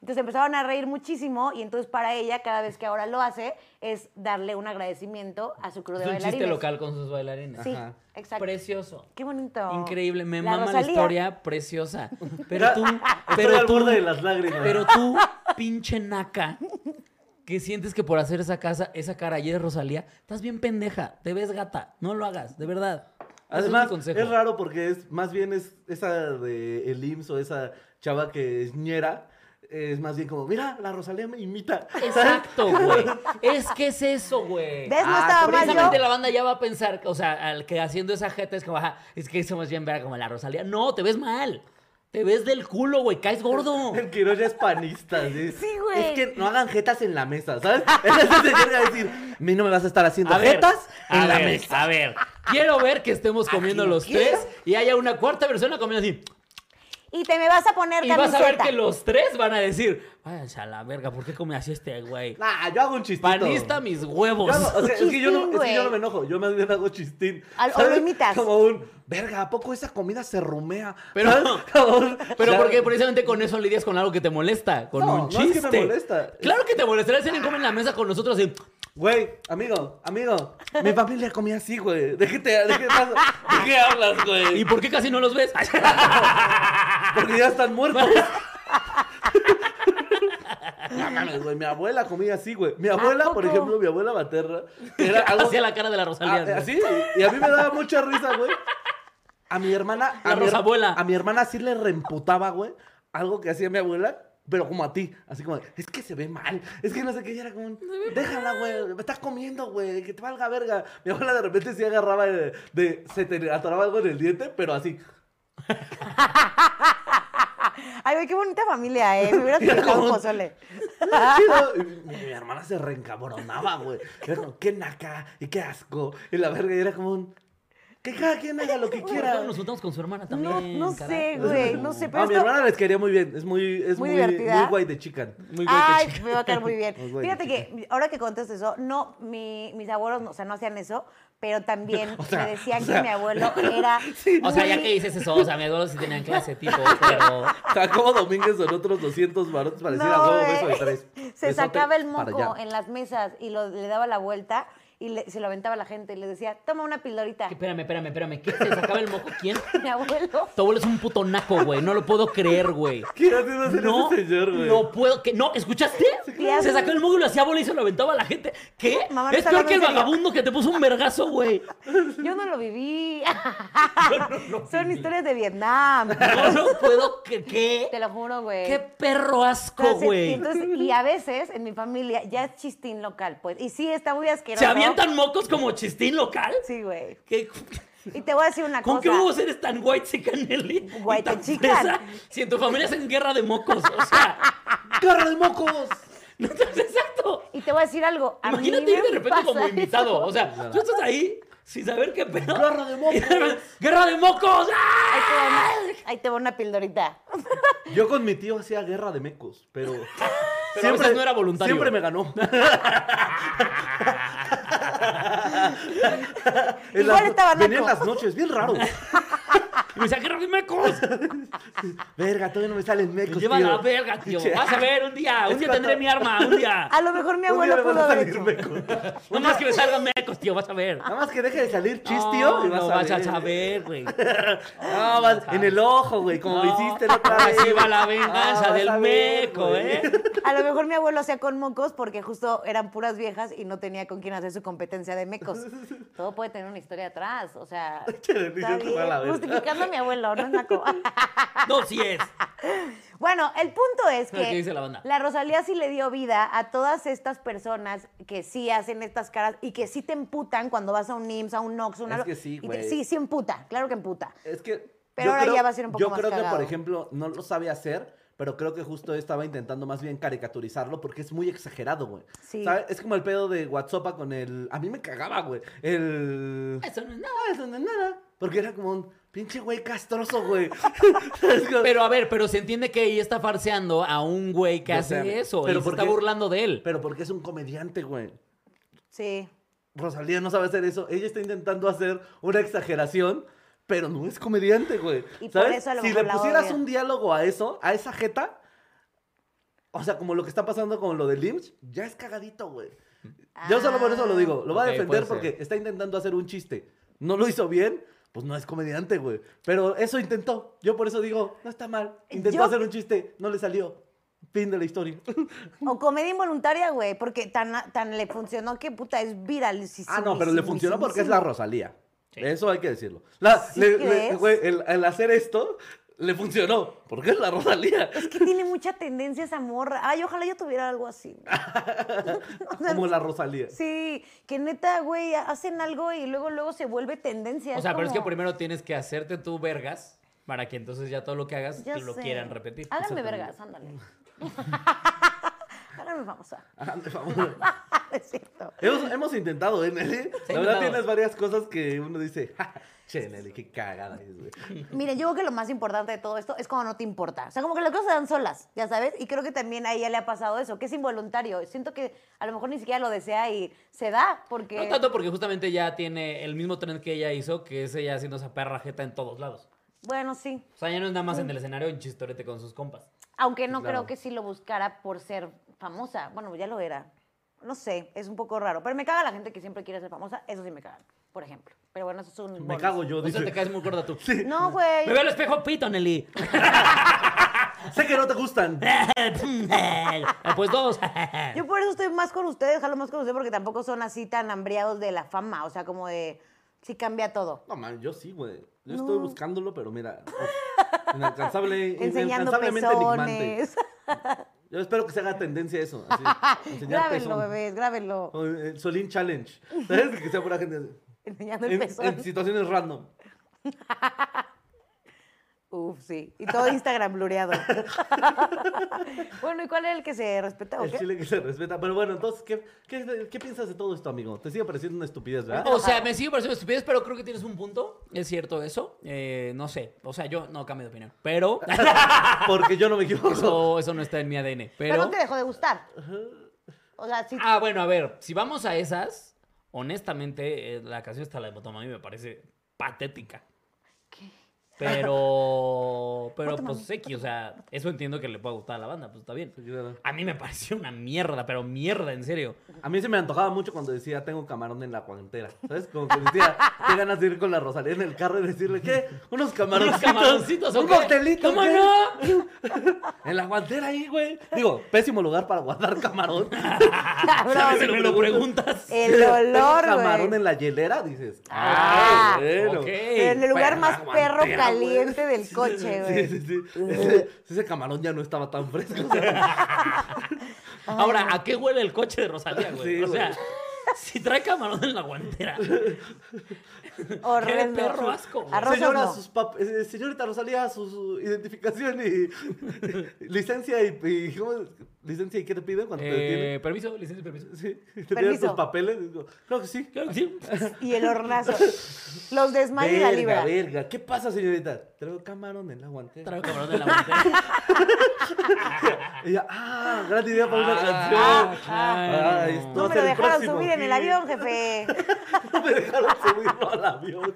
C: Entonces empezaron a reír muchísimo y entonces para ella, cada vez que ahora lo hace, es darle un agradecimiento a su crew de
A: Es un
C: bailarines.
A: chiste local con sus bailarines.
C: Sí,
B: Ajá.
C: exacto.
A: Precioso.
C: Qué bonito.
A: Increíble. Me
C: La
A: mama la
C: Rosalía.
A: historia preciosa. Pero tú,
B: Estoy
A: pero
B: al
A: tú,
B: borde de las lágrimas.
A: pero tú, pinche naca, que sientes que por hacer esa casa, esa cara y eres Rosalía, estás bien pendeja, te ves gata, no lo hagas, de verdad. Ese
B: Además,
A: es, mi
B: es,
A: consejo.
B: raro porque es más bien es esa de el IMSS o esa chava que es ñera. Es más bien como, mira, la Rosalía me imita.
A: Exacto, güey. Es que es eso, güey.
C: ¿Ves? No
B: Ah,
C: estaba mal yo.
A: Precisamente la banda ya va a pensar, o sea, al que haciendo esa jeta es como, ajá, es que somos bien verga como la Rosalía. No, te ves mal. Te ves del culo, güey, caes gordo.
B: El Quiroz ya es panista. Sí,
C: Sí, güey.
B: Es que no hagan jetas en la mesa, ¿sabes? Ese es el que llega a decir, a mí no me vas a estar haciendo jetas
A: a
B: en la
A: ver,
B: mesa.
A: A ver, quiero ver que estemos comiendo los
B: quiero.
A: tres y haya una cuarta persona comiendo así.
C: Y te me vas a poner
A: Y vas
C: camiseta.
A: a ver que los tres van a decir, váyanse a la verga, ¿por qué come así este güey?
B: Nah, yo hago un chistito.
A: Panista mis
B: Yo
A: huevos.
B: hago- o sea, es, que yo no, es
C: Chistín,
B: que yo no
C: güey.
B: me enojo, yo más bien hago chistín.
C: Al- o
B: ¿sabes?
C: lo imitas.
B: Como un, verga, ¿a poco esa comida se rumea?
A: Pero-
B: ¿Sabes? Como un-
A: Pero
B: Ya-
A: porque precisamente con eso lidias con algo que te molesta, con
B: No,
A: un
B: no es
A: chiste.
B: que me molesta.
A: Claro que te molestará si alguien come en la mesa con nosotros y...
B: Güey, amigo, amigo, mi familia comía así, güey. ¿De qué, te, de qué estás- de qué hablas, güey?
A: ¿Y por qué casi no los ves?
B: Porque ya están muertos. No mames, güey, mi abuela comía así, güey. Mi abuela, por
C: poco?
B: ejemplo, mi abuela materna, era algo...
A: Hacía la cara de la Rosalía. güey.
B: Ah, Así, y a mí me daba mucha risa, güey. A mi hermana... A
A: La
B: mi her-
A: Rosabuela.
B: A mi hermana sí le reemputaba, güey, algo que hacía mi abuela. Pero como a ti, así como, es que se ve mal, es que no sé qué, y era como, un, déjala, güey, me estás comiendo, güey, que te valga verga. Mi abuela de repente sí agarraba de, de- se te atoraba algo en el diente, pero así,
C: Ay, güey, qué bonita familia, ¿eh? Me hubieras
B: Era
C: dejado
B: como-
C: un pozole.
B: chido. Y Mi, mi hermana se reencabronaba, güey. Era como, qué naca y qué asco. Y la verga y era como un. Que cada quien haga lo que
A: Ahora
B: quiera.
A: Nos juntamos con su hermana
C: No,
A: también.
C: no
A: carajo.
C: sé, güey, no sé,
B: A
C: pero
A: Ah,
B: mi
C: esto-
B: hermana les quería muy bien. Es muy, es
C: Muy
B: muy,
C: divertida.
B: muy guay de chican.
A: Muy güey,
C: Ay,
A: te chica.
C: me va a caer muy bien.
B: Muy guay,
C: Fíjate que ahora que contas eso, no, mi- mis abuelos, no, o sea, no hacían eso, pero también
B: O sea,
C: me decían
B: o
C: que
B: sea,
C: mi abuelo era.
A: O sea, ya
C: muy-
A: que dices eso, o sea, mis abuelos sí tenían clase, tipo, pero...
B: Jacobo Domínguez son otros 200 varones para decir
C: No,
B: a huevo
C: güey.
B: beso de tres.
C: Se
B: Besote
C: sacaba el
B: para
C: moco
B: allá.
C: en las mesas y lo- le daba la vuelta y le- se lo aventaba a la gente y le decía, toma una pildorita.
A: Que Espérame, espérame, espérame. ¿Qué? ¿Se sacaba el moco? ¿Quién?
C: Mi abuelo.
A: Tu abuelo es un puto naco, güey. No lo puedo creer, güey.
B: ¿Qué haces hacer
A: No,
B: ese señor, güey?
A: no puedo. que ¿No? ¿Escuchaste?
C: claro.
A: Se sacó el moco y lo hacía bola y se lo aventaba a la gente. ¿Qué?
C: Mamá, no
A: es
C: está
A: peor que el
C: hablando en serio.
A: vagabundo que te puso un vergazo, güey.
C: Yo no lo viví. Son historias de Vietnam.
A: No lo puedo. cre- ¿Qué?
C: Te lo juro, güey.
A: ¿Qué perro asco,
C: Entonces,
A: güey?
C: entonces, y a veces en mi familia ya es chistín local, pues. Y sí, está muy asqueroso.
A: ¿Se avientan mocos como chistín local?
C: Sí, güey.
A: ¿Qué?
C: Y te voy a decir una
A: ¿Con
C: cosa.
A: qué huevos eres tan white chican, Nelly? y
C: White
A: tan
C: chican.
A: fresa? Si en tu familia hacen guerra de mocos, o sea.
B: ¡Carro de mocos!
A: No, exacto.
C: Y te voy a decir algo. A mí
A: Imagínate
C: me
A: ir de repente
C: pasa
A: como
C: eso.
A: invitado. O sea, tú estás ahí sin saber qué pedo.
B: Guerra de mocos.
A: Y repente, ¡Guerra de mocos!
C: Ahí te va
A: ¡Ah!
C: una- Ahí te va una pildorita.
B: Yo con mi tío hacía guerra de mecos, pero.
A: a veces no era voluntario.
B: Siempre me ganó. En
C: Igual
B: las-
C: estaba
B: Venía en
C: naco.
B: las noches, bien raro.
A: Y me decía, ¡Guerra de mecos!
B: Verga, todavía no me salen
A: Me
B: mecos.
A: lleva
B: Pues, tío.
A: la verga, tío.
B: Che,
A: Vas a ver un día. Un
B: Es
A: día
B: cuando- Ah,
A: tendré mi arma. Un día.
C: A lo mejor mi
B: un día
C: abuelo
B: me van
C: pudo
B: a
C: haber
B: salir
C: hecho.
B: mecos.
A: No más que me salgan mecos, tío. Vas a ver.
B: Nada más que deje de salir chis, tío.
A: No,
B: y vas,
A: no
B: a
A: Ah, vas a
B: ver.
A: saber, güey.
B: No, vas- en el ojo, güey, como lo
A: No,
B: hiciste la otra vez.
A: Así va la venganza
B: Ah, vas a
A: del
B: ver,
A: meco,
B: güey.
A: ¿eh?
C: A lo mejor mi abuelo hacía con mocos porque justo eran puras viejas y no tenía con quién hacer su competencia de mecos. Todo puede tener una historia atrás, o sea,
B: Che, Denise,
C: está
B: yo te voy a la verga.
C: bien. justificando a mi abuelo, no es naco.
A: No, sí es.
C: Bueno, el punto es que
A: ¿Qué dice la banda?
C: Rosalía sí le dio vida a todas estas personas que sí hacen estas caras y que sí te emputan cuando vas a un IMSS, a un Nox, una...
B: Es que sí,
C: y te-
B: güey.
C: Sí, sí emputa, claro que emputa.
B: Es que.
C: Pero
B: yo
C: ahora ya va a ser un poco
B: Yo
C: más
B: creo que,
C: cagado.
B: por ejemplo, no lo sabe hacer, pero creo que justo estaba intentando más bien caricaturizarlo porque es muy exagerado, güey.
C: Sí.
B: ¿Sabes? Es como el pedo de WhatsApp con el. A mí me cagaba, güey. El.
A: Eso no es nada.
B: Ah, eso no es nada. Porque era como un pinche güey castroso, güey. Es como-
A: Pero a ver, pero se entiende que ella está farseando a un güey que
B: Yo
A: hace
B: sé,
A: eso.
B: pero
A: y se
B: ¿por
A: está
B: qué?
A: burlando de él.
B: pero porque es un comediante, güey.
C: Sí.
B: Rosalía no sabe hacer eso. Ella está intentando hacer una exageración, pero no es comediante, güey.
C: Y por
B: ¿Sabes?
C: eso a lo
B: si
C: mejor
B: le
C: la
B: pusieras
C: odia.
B: un diálogo a eso, a esa jeta, o sea, como lo que está pasando con lo de Lynch, ya es cagadito, güey. Yo solo por eso lo digo. Lo va
A: Ah, Ok,
B: a defender
A: puede ser.
B: porque está intentando hacer un chiste. No lo hizo bien, pues no es comediante, güey. Pero eso intentó. Yo por eso digo, no está mal. Intentó
C: Yo-
B: hacer un chiste, no le salió. Fin de la historia.
C: O comedia involuntaria, güey, porque tan, tan le funcionó que puta es viralísimo.
B: Ah, no, pero le funcionó porque es la Rosalía. Eso hay que decirlo. La-
C: ¿Sí
B: le- le-
C: crees?
B: güey, el, el hacer esto le funcionó porque es la Rosalía.
C: Es que tiene mucha tendencia esa morra. Ay, ojalá yo tuviera algo así. O sea,
B: Como la Rosalía.
C: Sí, que neta, güey, hacen algo y luego luego se vuelve tendencia.
A: O sea, pero es que
C: como-
A: primero tienes que hacerte tú vergas para que entonces ya todo lo que hagas
C: Ya
A: te lo
C: sé.
A: quieran repetir.
C: Háganme
A: Exactamente.
C: vergas, ándale. Háganme famosa. Ah,
B: Ande, vamos.
C: es cierto.
B: Ah, hemos, hemos intentado, ¿eh, Nelly? La
A: intentado.
B: verdad tienes varias cosas que uno dice, "Ja, che, Nelly, qué cagada es, güey.
C: Mire, yo creo que lo más importante de todo esto es cuando no te importa. O sea, como que las cosas se dan solas, ya sabes. Y creo que también a ella le ha pasado eso, que es involuntario. Siento que a lo mejor ni siquiera lo desea y se da porque...
A: No tanto porque justamente ya tiene el mismo trend que ella hizo, que es ella haciendo esa perra jeta en todos lados.
C: Bueno, sí.
A: O sea, ya no es nada más en el escenario en chistorete con sus compas.
C: Aunque no
B: Claro.
C: creo que sí lo buscara por ser famosa. Bueno, ya lo era. No sé, es un poco raro. Pero me caga la gente que siempre quiere ser famosa. Eso sí me caga, por ejemplo. Pero bueno, eso es un...
B: Me
C: bonus.
B: cago yo,
A: O sea,
B: dice.
A: te caes muy gorda tú.
C: No, güey.
A: Me veo al espejo, pito, Nelly.
B: Sé que no te gustan.
A: pues dos.
C: Yo por eso estoy más con ustedes, jalo más con ustedes, porque tampoco son así tan hambriados de la fama. O sea, como de... Sí cambia todo.
B: No, man, yo sí, güey. Yo
C: No.
B: estoy buscándolo, pero mira. oh, Inalcanzable,
C: Enseñando
B: inalcanzablemente enigmante.
C: pezones.
B: Yo espero que se haga tendencia a eso. Así, enseñar
C: grábenlo,
B: pezón.
C: bebés, grábenlo.
B: O el Solín Challenge. ¿Sabes? Que sea pura gente. así.
C: Enseñando el
B: En,
C: pezón.
B: en situaciones random.
C: Uf, sí. Y todo Instagram blureado. bueno, ¿y cuál era el que se respeta o
B: El
C: qué?
B: chile que se respeta. Pero bueno, entonces, ¿qué, qué, qué piensas de todo esto, amigo? Te sigue pareciendo una estupidez, ¿verdad?
A: O sea, me sigue pareciendo estupidez, pero creo que tienes un punto. Es cierto eso. Eh, no sé. O sea, yo no cambio de opinión. Pero
B: Porque yo no me equivoco.
A: eso, eso no está en mi ADN.
C: Pero
A: Pero.
C: no te dejó de gustar. O sea, sí.
A: Ah, bueno, a ver. Si vamos a esas, honestamente, eh, la canción está la de Motomami me parece patética. Pero. Pero,
C: Motomami,
A: pues, X, o sea, eso entiendo que le pueda gustar a la banda, pues está bien.
B: claro.
A: A mí me pareció una mierda, pero mierda, en serio.
B: A mí se me antojaba mucho cuando decía, tengo camarón en la guantera. ¿Sabes? Como que decía, qué ganas de ir con la Rosalía en el carro y decirle, ¿qué? Unos camaroncitos.
A: camaroncitos, ¿o
B: un
A: qué?
B: coctelito.
A: ¿Cómo
B: ¿qué?
A: no?
B: En la guantera ahí, güey. Digo, pésimo lugar para guardar camarón.
A: ¿Sabes?
C: Cabrón.
A: Me lo preguntas.
B: Eh,
C: El
B: Tengo
C: olor,
B: camarón
C: güey.
B: en la hielera, dices.
C: Ah,
B: bueno.
A: ok.
C: En el lugar
B: Perra
C: más perro
B: guantera,
C: caliente del coche,
B: Sí,
C: güey.
B: sí, sí. Ese, ese camarón ya no estaba tan fresco. o sea,
A: Ahora,
C: Ah.
A: ¿a qué huele el coche de Rosalía, güey?
B: Sí,
A: o
B: güey.
A: sea, si trae camarón en la guantera.
C: Horrendo.
A: Qué perro asco, güey.
C: A rosas
B: señora,
C: no.
B: sus pap- eh, señorita Rosalía, su, su identificación y licencia y, y- ¿cómo es? licencia y qué te piden cuando te detienen.
A: Eh, permiso, licencia, permiso.
B: Sí, te piden
C: permiso.
B: tus papeles. Digo, Claro que sí.
A: Claro que sí.
C: Y el hornazo. Los desmayos de la
B: Verga,
C: libra.
B: verga. ¿Qué pasa, señorita? Traigo camarón en la guantera.
A: Trae camarón en la guantera.
B: Ella, ah, gran idea para una
A: Ah,
B: canción.
A: claro.
B: Ay, esto
C: No
B: va a
C: me
B: ser
C: lo
B: el
C: dejaron
B: próximo
C: subir en el
B: hit.
C: avión, jefe.
B: No me dejaron subirlo al avión.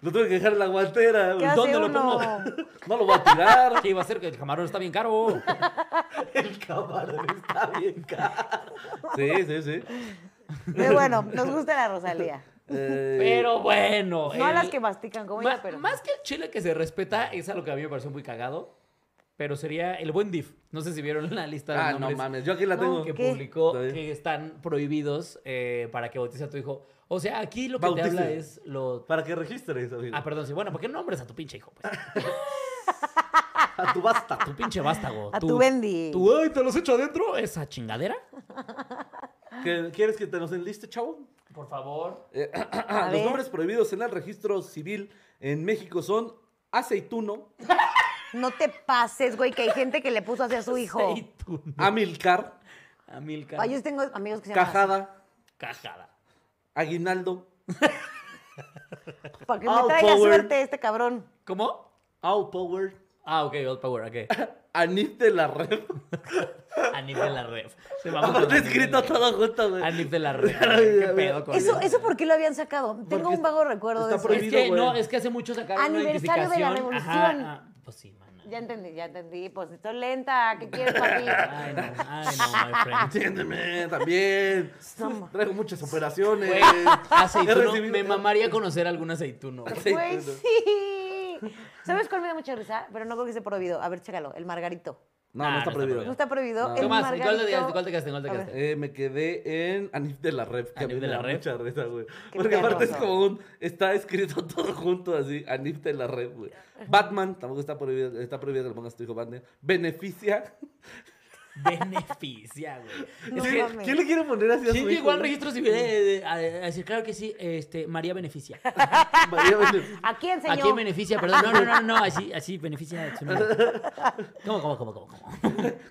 B: Lo tuve que dejar en la guantera.
C: ¿Qué hace
B: ¿Dónde lo
C: uno?
B: pongo? No lo voy a tirar.
A: Sí, va a ser que el camarón está bien caro.
B: El camarón está bien caro. Sí, sí, sí.
C: Pero bueno, nos gusta la Rosalía.
B: Eh,
A: Pero bueno.
C: No a
A: el-
C: las que mastican como
A: ma-
C: ella, pero.
A: Más que el chile que se respeta, es a lo que a mí me pareció muy cagado. pero sería el buen div. No sé si vieron la lista de
B: Ah, no
A: nombres
B: mames, yo aquí la tengo.
A: que
C: ¿Qué?
A: publicó
B: Está bien.
A: que están prohibidos eh, para que bautice a tu hijo. O sea, aquí lo que te
B: Bautice.
A: habla es lo...
B: Para que registres, amigo.
A: Ah, perdón, sí. Bueno, ¿por qué nombres a tu pinche hijo? Pues?
B: A tu basta.
A: Tu pinche vástago.
C: A tu Bendy.
A: Tu, ay, te los echo adentro. Esa chingadera.
B: ¿Que- ¿Quieres que te los enliste, chavo?
A: Por favor.
B: Eh,
C: ver.
B: los nombres prohibidos en el registro civil en México son aceituno,
C: No te pases, güey, que hay gente que le puso así a su hijo.
B: amilcar,
A: Amilcar.
C: Ay, yo tengo amigos que se llaman.
B: cajada,
A: Cajada.
B: aguinaldo,
C: así. Para que me
B: All
C: traiga
B: power.
C: suerte este cabrón.
A: ¿Cómo?
B: au power,
A: Ah, ok, Old Power, ok.
B: anif de la red.
A: Anif de la Rev. Se va
B: Aparte escrito todo junto, güey.
A: Anif de la Rev. güey, ¿Qué pedo con
C: Eso,
A: eso?
C: eso por qué lo habían sacado. Tengo un
B: está-
C: vago recuerdo de
B: está
C: eso.
A: Es
B: prohibido,
A: que
B: güey.
A: no, es que hace mucho sacaron una
C: Aniversario de la
A: identificación.
C: revolución.
A: Ajá, ah, pues sí, mana.
C: Ya entendí, ya entendí. Pues estoy lenta. ¿Qué quieres, papi?
A: Ay, no, ay, no, my friend.
B: Entiéndeme, también.
C: No.
B: Traigo muchas operaciones.
A: Güey,
B: He
A: aceituno.
B: recibido-
A: Me mamaría conocer algún aceituno. güey.
B: Sí,
C: Güey,
B: sí, sí.
C: sí. ¿Sabes cuál me da mucha risa? Pero no creo que esté prohibido. A ver, chécalo. El margarito.
B: No,
A: Nah,
B: no está
A: Ah, no está
B: prohibido.
C: ¿No está prohibido?
B: No.
C: El
A: Tomás, ¿y cuál te
C: margarito-
A: quedaste? ¿Cuál te quedaste? ¿Cuál te
C: A ver.
A: quedaste?
B: Eh, me quedé en Anif de la Rep. Que a
A: Anif
B: mí
A: de
B: me
A: la
B: da
A: Rep.
B: mucha risa, güey.
C: Qué
B: Porque aparte es
C: perroso.
B: como un. Está escrito todo junto así. Anif de la Rep, güey. Batman, tampoco está prohibido. Está prohibido que le pongas a tu hijo Batman. Beneficia.
A: Beneficia, güey.
C: No
A: Es que-
B: ¿Quién,
C: mames.
B: quién le quiere poner así a
A: ¿Quién
B: su hijo?
A: llegó al
B: güey?
A: registro civil de- de- a, a decir, claro que sí, este, María Beneficia?
B: María Beneficia.
C: ¿A quién,
A: ¿A
C: señor?
A: quién beneficia? Perdón, no, no, no, no, así, así beneficia a su nombre. ¿Cómo, cómo, cómo, cómo?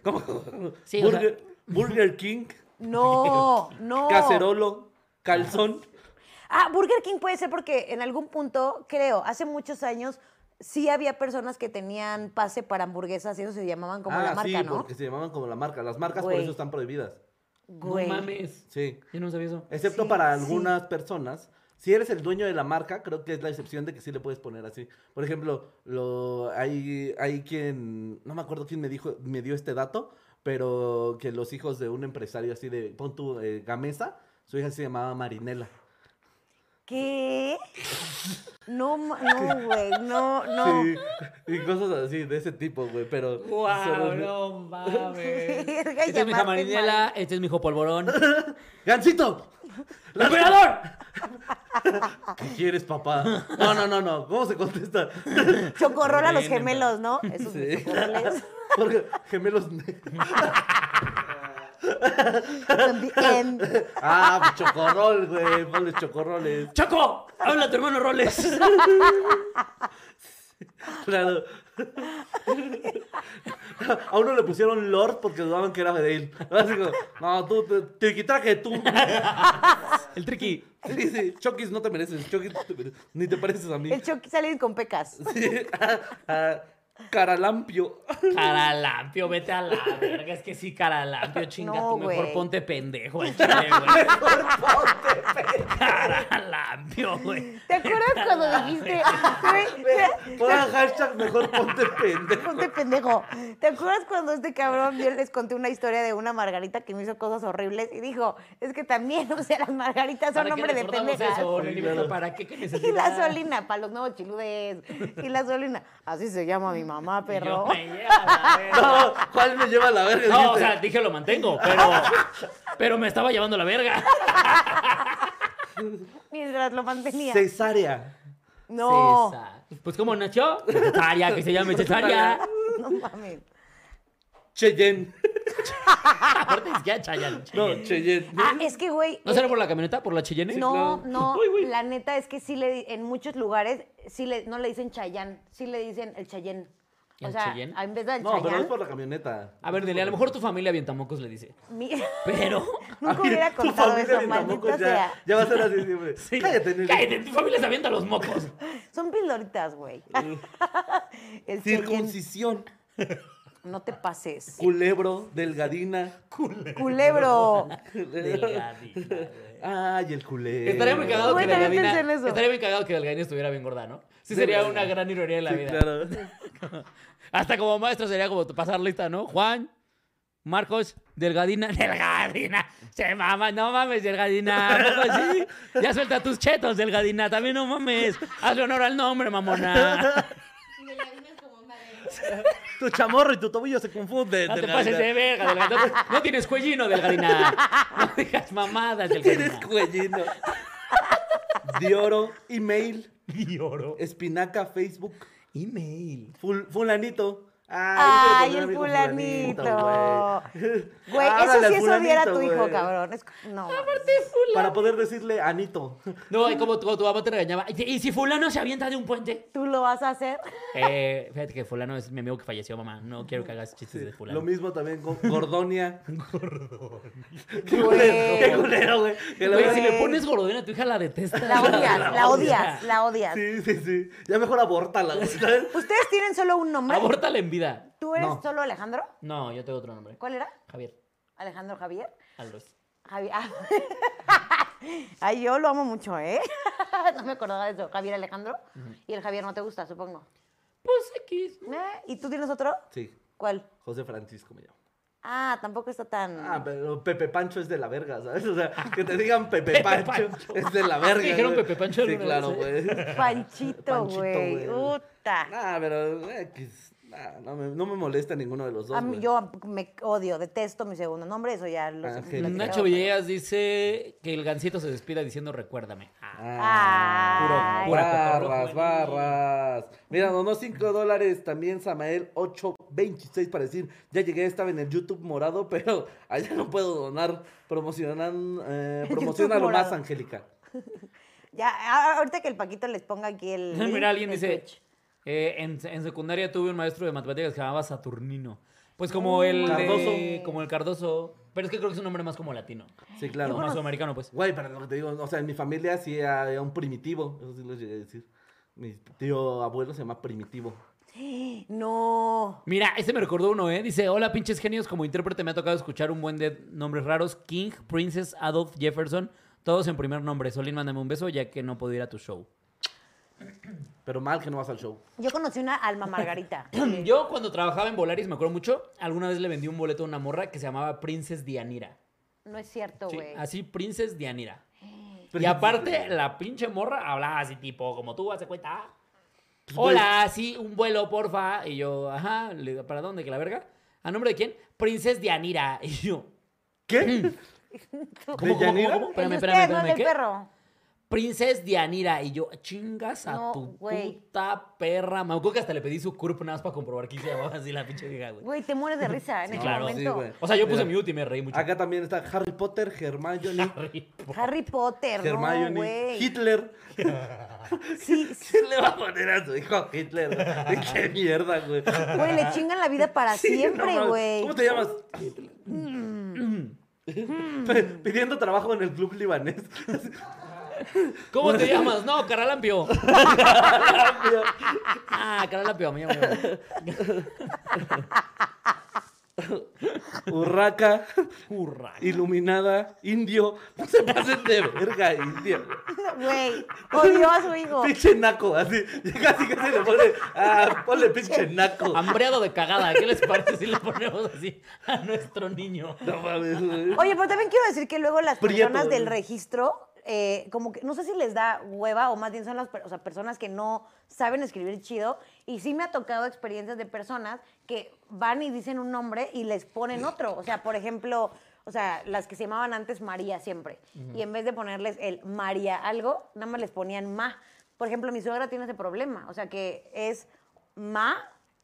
A: cómo?
B: ¿Cómo?
A: Sí, o sea-
B: Burger, Burger King,
C: No, no.
B: Cacerolo, Calzón.
C: Ah, Burger King puede ser porque en algún punto, creo, hace muchos años, sí había personas que tenían pase para hamburguesas y eso se llamaban como
B: ah,
C: la marca,
B: sí,
C: ¿no?
B: porque se llamaban como la marca. Las marcas por
C: Güey.
B: eso están prohibidas.
C: Güey.
A: No mames.
B: Sí.
A: Yo no sabía eso.
B: Excepto
C: Sí,
B: para
C: sí.
B: algunas personas. Si eres el dueño de la marca, creo que es la excepción de que sí le puedes poner así. Por ejemplo, lo, hay, hay quien, no me acuerdo quién me dijo, me dio este dato, pero que los hijos de un empresario así de, pon tu eh, Gamesa, su hija se llamaba Marinela.
C: ¿Qué? No, ma- no, güey, no, no.
B: Sí, y cosas así, de ese tipo, güey, pero...
A: ¡Wow!
B: solo-
A: ¡No mames!
C: Verga,
A: Este es mi hija
C: llamaste
A: Marinela, este es mi hijo Polvorón.
B: ¡Gancito!
A: ¡Emperador!
B: ¿Qué quieres, papá? No, no, no, no, ¿cómo se contesta?
C: Chocorrol a los
A: Moreno.
C: gemelos, ¿no? Esos
B: Sí.
C: chocorroles.
B: Porque gemelos... ne-
C: También.
B: Ah, pues chocorrol, güey, ponle chocorroles.
A: ¡Choco! ¡Habla tu hermano Roles!
B: Claro. A uno le pusieron Lord porque dudaban que era de él. Así como, no, tú, te- triquitraje, tú.
A: El triqui.
B: Sí, sí, Chokis no te mereces, Chokis no te mereces, ni te pareces a mí.
C: El choque salen con pecas.
B: Sí. Ah, ah, Caralampio.
A: Caralampio, vete a la verga. Es que sí, caralampio, chinga.
C: No,
A: tú mejor
C: güey.
A: ponte pendejo al chile, güey. Caralampio, güey.
C: ¿Te acuerdas cuando dijiste? güey,
B: Pongan hashtag mejor ponte pendejo.
C: Ponte pendejo. ¿Te acuerdas cuando este cabrón, yo les conté una historia de una margarita que me hizo cosas horribles y dijo, es que también, o sea, las margaritas son
A: ¿Para qué
C: nombre de
A: recordamos
C: pendejas.
A: eso, Nelly?
B: claro.
A: ¿Para qué? ¿Qué
C: Y la
A: necesidad?
C: solina, para los nuevos chiludes. Y la solina. Así se llama mi mamá,
A: Y yo
C: perro.
A: me llevo a la verga.
B: No, ¿cuál me lleva a la verga?
A: No, o
B: Dijiste,
A: sea, dije lo mantengo, pero. Pero me estaba llevando la verga.
C: Mientras lo mantenía.
B: Cesárea.
C: No.
A: César. Pues como nació, cesárea, que se llame cesárea.
C: No mames.
B: Cheyenne.
A: Aparte es que ya Chayanne,
B: No,
A: Cheyenne.
B: Cheyenne.
C: Ah, es que, güey.
A: ¿No será por la camioneta? ¿Por la Cheyenne?
C: No,
B: claro.
C: no,
A: Uy, uy.
C: la neta es que sí le, di- en muchos lugares sí le, no le dicen Chayán, sí le dicen el Chayén. O
A: ¿El
C: sea,
A: Chayén?
C: en vez del
B: No, pero no es
C: Chayán,
B: por la camioneta.
A: A ver, dile, a lo mejor tu familia Vientamocos le dice.
C: mi-
A: Pero.
C: nunca
B: Ay,
C: hubiera
B: tu
C: contado
B: familia
C: eso,
B: ni tampoco
C: maldita
B: ya,
C: sea.
B: Ya va a ser así siempre.
A: Sí.
B: Cállate, Nelly.
A: Cállate, tu familia se avienta los mocos.
C: Son pildoritas, güey. El Chayén,
B: Circuncisión.
C: no te pases.
B: Culebro, delgadina.
C: Culebro.
A: Delgadita, güey.
B: Ay, el culebro.
A: Estaría muy cagado que
C: Güey, también
A: Delgadina.
C: pensé en eso.
A: Estaría bien cagado que Delgadina estuviera bien gorda, ¿no? Sí,
B: Sí,
A: sería
B: güey.
A: una gran ironía de la
B: Sí,
A: vida.
B: claro.
A: Hasta como maestro sería como pasar lista, ¿no? Juan, Marcos, Delgadina. Delgadina. Se mama, no mames, Delgadina. ¿a poco sí? Ya suelta tus chetos, Delgadina. También no mames. Hazle honor al nombre, mamona.
D: Delgadina es como madre. Tu chamorro y tu tobillo se confunden.
A: No te
D: delgadita.
A: pases de verga, delgadina. No- No tienes cuellino, delgadina. No digas mamadas, delgadina.
B: Tienes cuellino. Dioro, email,
A: Y oro.
B: espinaca, Facebook,
A: Email.
B: ful- fulanito.
C: Ay,
B: yo
C: el
B: quiero poner a mi
C: fulanito.
B: güey.
C: Güey, eso
B: Háblale al
C: sí es odiar a tu
B: fulanito,
C: hijo,
B: güey.
C: cabrón. Es- No.
B: Para poder decirle Anito.
A: No, y como tu, como tu mamá te regañaba. "Y si- ¿Y si fulano se avienta de un puente?
C: ¿Tú lo vas a hacer?
A: Eh, fíjate que fulano es mi amigo que falleció, mamá. No quiero que hagas chistes de fulano.
B: Lo mismo también con Gordonia.
C: Qué
B: Qué culero, güey. Que la
A: Güey,
B: verdad-
A: si le pones gordina a tu hija, la detestas.
C: La odias, la odias, la odias.
B: Sí, sí, sí. Ya mejor abórtala, güey. ¿sabes?
C: Ustedes tienen solo un nombre.
A: Abórtala en vida.
C: ¿Tú eres
B: No.
C: solo Alejandro?
A: No, yo tengo otro nombre.
C: ¿Cuál era?
A: Javier.
C: ¿Alejandro Javier?
A: Alves.
C: Javier. Ay, yo lo amo mucho, ¿eh? No me acordaba de eso. Javier Alejandro. Y el Javier no te gusta, supongo.
A: Pues X.
C: Eh, ¿Y tú tienes otro?
B: Sí,
C: ¿Cuál?
B: José Francisco me llamo.
C: Ah, tampoco está tan.
B: Ah, pero Pepe Pancho es de la verga, ¿sabes? O sea, que te digan Pepe, Pancho,
A: Pancho.
B: es de la verga.
A: Me dijeron
B: güey.
A: Pepe Pancho
B: Sí,
A: alguna
B: claro,
A: vez,
B: güey.
C: Panchito,
B: Panchito,
C: güey.
B: güey.
C: Puta.
B: Ah, pero eh, que es- nah, no, me, no me molesta ninguno de los dos.
C: A mí-
B: güey.
C: yo me odio, detesto mi segundo nombre, eso ya lo sé.
B: Ah, sí. Platicado,
A: Nacho Villegas dice que el gancito se despida diciendo recuérdame. Ah,
B: Ah,
C: Ay.
A: puro- puro
B: barras,
A: cotorro,
B: barras. Mira, donó 5 dólares también Samael 826 para decir, ya llegué, estaba en el YouTube morado, pero allá no puedo donar. Promocionan, eh, promocionalo
C: morado.
B: más, Angélica.
C: Ya, a- ahorita que el Paquito les ponga aquí el. link
A: Mira, alguien
C: de
A: dice,
C: Twitch.
A: eh, en, en secundaria tuve un maestro de matemáticas que se llamaba Saturnino. Pues
C: Mm.
A: como el Cardoso.
B: Cardoso.
A: como el Cardoso, pero es que creo que es un nombre más como latino.
B: Sí, claro.
A: O más sudamericano, pues.
B: Güey, pero lo que te digo, o sea, en mi familia sí había un primitivo, eso sí lo llegué a decir. Mi tío abuelo se llama Primitivo.
C: No.
A: Mira, este me recordó uno, ¿eh? Dice, hola pinches genios, como intérprete me ha tocado escuchar un buen de nombres raros. King, Princess, Adolf, Jefferson, todos en primer nombre. Solín, mándame un beso ya que no puedo ir a tu show.
B: Pero mal que no vas al show.
C: Yo conocí una alma margarita.
A: Yo cuando trabajaba en Volaris, me acuerdo mucho, alguna vez le vendí un boleto a una morra que se llamaba Princess Dianira.
C: No es cierto,
A: Sí,
C: güey.
A: así Princess Dianira. Y aparte, la pinche morra hablaba así tipo, como tú, hace cuenta.
B: Pues,
A: Hola, sí, un vuelo, porfa. Y yo, ajá, le digo, ¿para dónde? ¿Que la verga? ¿A nombre de quién? Princess Dianira. Y yo, Mm.
B: ¿Qué?
A: ¿Cómo, cómo,
B: Yanira?
A: cómo, cómo? Espérame,
C: El
A: espérame,
C: de ustedes, no el
A: espérame,
C: del
A: ¿qué?
C: perro.
A: Princess Dianira. Y yo, chingas a
C: No,
A: tu
C: güey.
A: puta perra. Me acuerdo que hasta le pedí su curp nada más para comprobar que se llamaba así la pinche vieja, güey.
C: Güey, te mueres de risa en
A: Sí,
C: este
A: claro.
B: Sí,
C: momento.
B: güey.
A: O sea, yo puse
B: Mira.
A: mute y me reí mucho.
B: Acá también está Harry Potter, Hermione,
C: Harry Potter,
B: Hermione,
C: no, güey.
B: Hitler.
C: Sí, sí,
B: ¿Quién le va a poner a su hijo Hitler? güey? ¿Qué mierda, güey?
C: güey, le chingan la vida para
B: Sí, no
C: siempre,
B: mames.
C: güey. Mm.
B: ¿Cómo te llamas? P- Pidiendo trabajo en el club libanés.
A: ¿Cómo te llamas? No, Caralampio. ah, Caralampio, me llamo. yo.
B: Urraca,
A: Curra.
B: iluminada, indio. No se pasen de verga, indio.
C: Güey, odio a su hijo.
B: Pinche naco, así. Llega así que se le pone. Ah, ponle pinche naco.
A: Hambreado de cagada. ¿Qué les parece si le ponemos así a nuestro niño?
B: No mames, güey.
C: Oye, pero también quiero decir que luego las
B: Prieto,
C: personas del
B: güey.
C: registro, eh, como que, no sé si les da hueva o más bien son las per- o sea, personas que no saben escribir chido. Y sí me ha tocado experiencias de personas que van y dicen un nombre y les ponen otro. O sea, por ejemplo, o sea, las que se llamaban antes María siempre. Y en vez de ponerles el María algo, nada más les ponían Ma. Por ejemplo, mi suegra tiene ese problema. O sea, que es Ma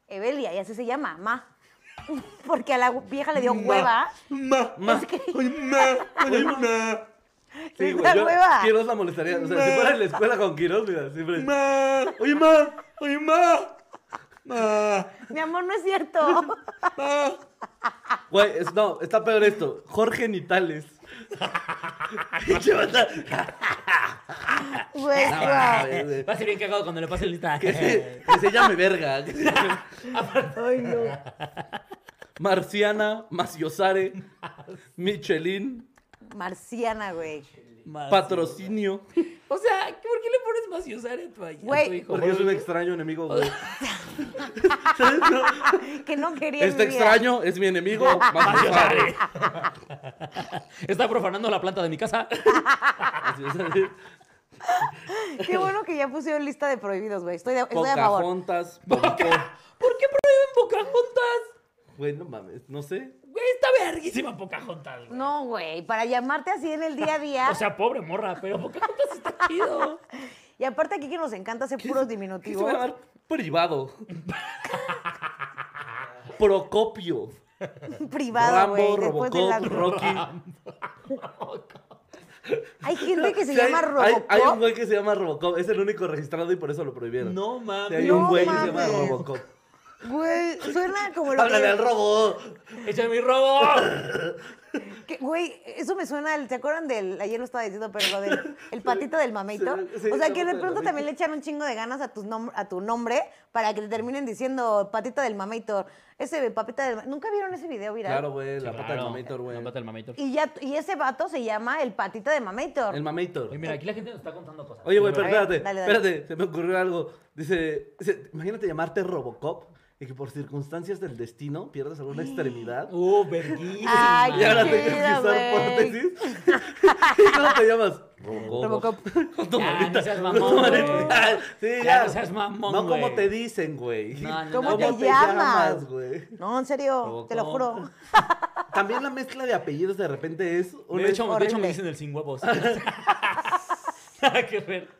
C: Evelia y así se llama, Ma. Porque a la vieja le dio hueva.
B: Ma, ma. Ay, ma, ay, ma.
C: Sí, da hueva.
B: Quiroz la molestaría. O sea, si fuera en la escuela con Quiroz, mira, siempre. Ma, oye, ma, oye, ma. Ma,
C: Mi amor, no es cierto.
B: ma. Güey, es- no, está peor esto. Jorge Nitales. Pinche banda.
C: Güey,
B: No,
C: guau.
B: mames, güey.
A: Va a ser bien cagado cuando le pase el lista.
B: que, se, que se llame verga. Marciana, Maciosare, Michelin,
C: Marciana, güey.
B: Patrocinio.
A: O sea, ¿por qué le pones maciosar a tu, a tu
C: Güey.
A: hijo?
B: Porque es un extraño enemigo, güey.
C: Que no quería. en
B: Este
C: mi vida.
B: extraño es mi enemigo. Maciosare.
A: Está profanando la planta de mi casa.
B: Maciosare.
C: Qué bueno que ya pusieron lista de prohibidos, güey. Estoy, de, estoy a favor.
B: Pocahontas, Pompo,
A: ¿Por qué prohíben Pocahontas.
B: Güey, no mames, no sé.
A: Güey, está verguísima Pocahontas. güey.
C: No, güey, para llamarte así en el día a día.
A: O sea, pobre morra, pero Pocahontas está chido.
C: y aparte aquí que nos encanta hacer puros
B: ¿Qué se va
C: diminutivos.
B: a llamar? Privado. Procopio.
C: Privado, güey.
B: Rambo,
C: Después de las...
B: Robocop, Rocky.
C: Hay gente que se
B: Sí, hay-
C: llama
B: hay,
C: Robocop.
B: hay un güey que se llama Robocop. Es el único registrado y por eso lo prohibieron.
D: No
B: Sí,
D: mames.
B: hay
C: No
B: un güey que se llama
C: mames.
B: Robocop.
C: Güey, suena como lo
B: Háblale
C: que...
B: al robo.
A: Echa mi robo.
C: que- Güey, eso me suena, al- ¿se acuerdan del, ayer lo estaba diciendo, pero lo del el patito del mameito?
B: Sí, sí,
C: o sea,
B: el patito
C: que de
B: del
C: pronto
B: mameito.
C: también le echan un chingo de ganas a tu, nom- a tu nombre para que te terminen diciendo patito del mameito. Ese papita del... ma- ¿Nunca vieron ese video viral?
B: Claro, güey, la pata del mamator, güey.
A: La pata del mamator.
C: Y, ya, y ese vato se llama el patita de mamator.
B: El mamator.
A: Oye, mira, aquí la gente nos está contando cosas.
B: Oye, güey, pero
C: A ver,
B: espérate,
C: dale, dale.
B: espérate, se me ocurrió algo. Dice, dice, imagínate llamarte Robocop y que por circunstancias del destino pierdas alguna extremidad.
A: Uh, verguísima.
C: Ay,
B: Y ahora te
C: chido,
B: tienes que usar
C: güey.
B: prótesis. ¿Y cómo te llamas?
C: Robocop.
B: No,
A: Ya,
B: ahorita,
A: no seas mamón,
B: no,
A: güey.
B: ahorita. Sí,
A: Ya,
B: ya.
A: no seas mamón,
B: No como
A: güey.
B: te dicen, güey.
A: No, no,
C: ¿Cómo
A: no,
C: te
A: ya-
C: llamas?
B: güey?
C: No, en serio, te lo
B: Robocop.
C: juro.
B: También la mezcla de apellidos de repente es una
A: De hecho, de hecho me
C: horrible.
A: dicen el sin huevos. Nada que ver.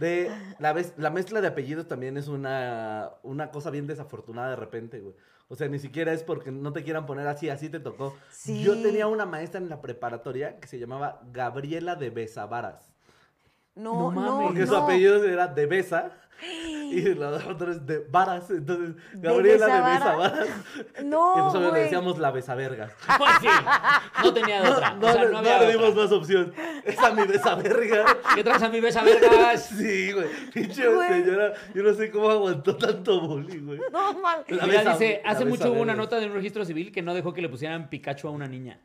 B: De la, vez- la mezcla de apellidos también es una, una cosa bien desafortunada de repente, güey. O sea, ni siquiera es porque no te quieran poner así, así te tocó.
C: Sí.
B: Yo tenía una maestra en la preparatoria que se llamaba Gabriela de Besavaras.
A: No
C: No, no,
A: mames.
B: Porque
C: no.
B: su apellido era de Besa y la otra es de Varas. Entonces,
C: De
B: Gabriela de
C: Besavaras.
B: Besavaras.
C: No,
B: y nosotros le
C: güey.
B: decíamos la Besavergas.
A: Pues sí, no tenía de
B: No,
A: otra.
B: no,
A: o sea,
B: le-
A: no
B: no
A: había
B: le dimos
A: otra.
B: más opción. Esa mi Besaverga.
A: ¿Qué traes a mi besa, vergas?
B: Ah, Sí, güey. Pinche
C: Güey.
B: señora, yo no sé cómo aguantó tanto bullying, güey.
C: No, mames.
B: La
A: Mira,
B: besa-
A: dice,
B: la
A: hace
B: besa
A: mucho hubo una
B: vergas.
A: nota de un registro civil que no dejó que le pusieran Pikachu a una niña.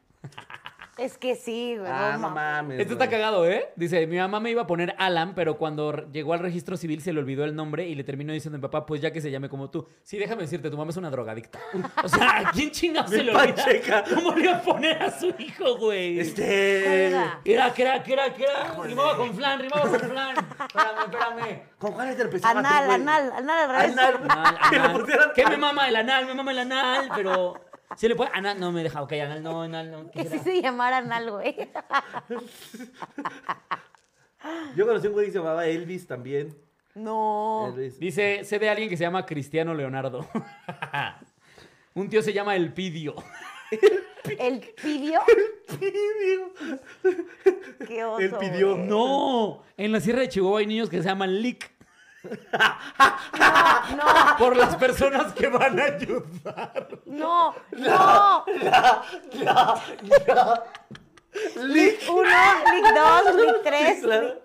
C: Es que sí, güey.
B: Ah,
C: no
B: no
C: mames.
B: mames.
A: Esto está
B: güey.
A: cagado, ¿eh? Dice, mi mamá me iba a poner Alan, pero cuando re- llegó al registro civil se le olvidó el nombre y le terminó diciendo a mi papá, pues ya que se llame como tú. Sí, déjame decirte, tu mamá es una drogadicta. O sea, ¿a quién chingados se
B: Mi
A: le olvida?
B: Pacheca.
A: ¿Cómo le iba a poner a su hijo, güey?
B: Este.
C: Juega.
A: Era, que era, que era, que era. Rimaba con flan, rimaba con flan. Espérame, espérame.
B: ¿Con cuál te empezaba? tú,
C: Anal,
B: güey?
C: anal, anal al revés.
B: Anal.
A: Anal,
B: Que le
A: anal.
B: pusieran.
A: ¿Qué me mama el anal? Me mama el anal, pero... ¿Sí le puede? Anal, no me deja. Ok, anal, no, anal, no.
C: Que sí
A: quisiera.
C: se llamara anal, güey.
B: Yo conocí un güey que se llamaba Elvis también.
C: No.
B: Elvis.
A: Dice, sé de alguien que se llama Cristiano Leonardo. Un tío se llama El Pidio.
C: ¿El pidió? Qué oso.
B: El pidió.
C: güey.
A: No, en la Sierra de Chihuahua hay niños que se llaman Lick
C: No, no,
A: por las personas que van a ayudar.
C: Ah, no, no.
B: Lick.
C: Uno, lick dos, lick tres.
B: Claro.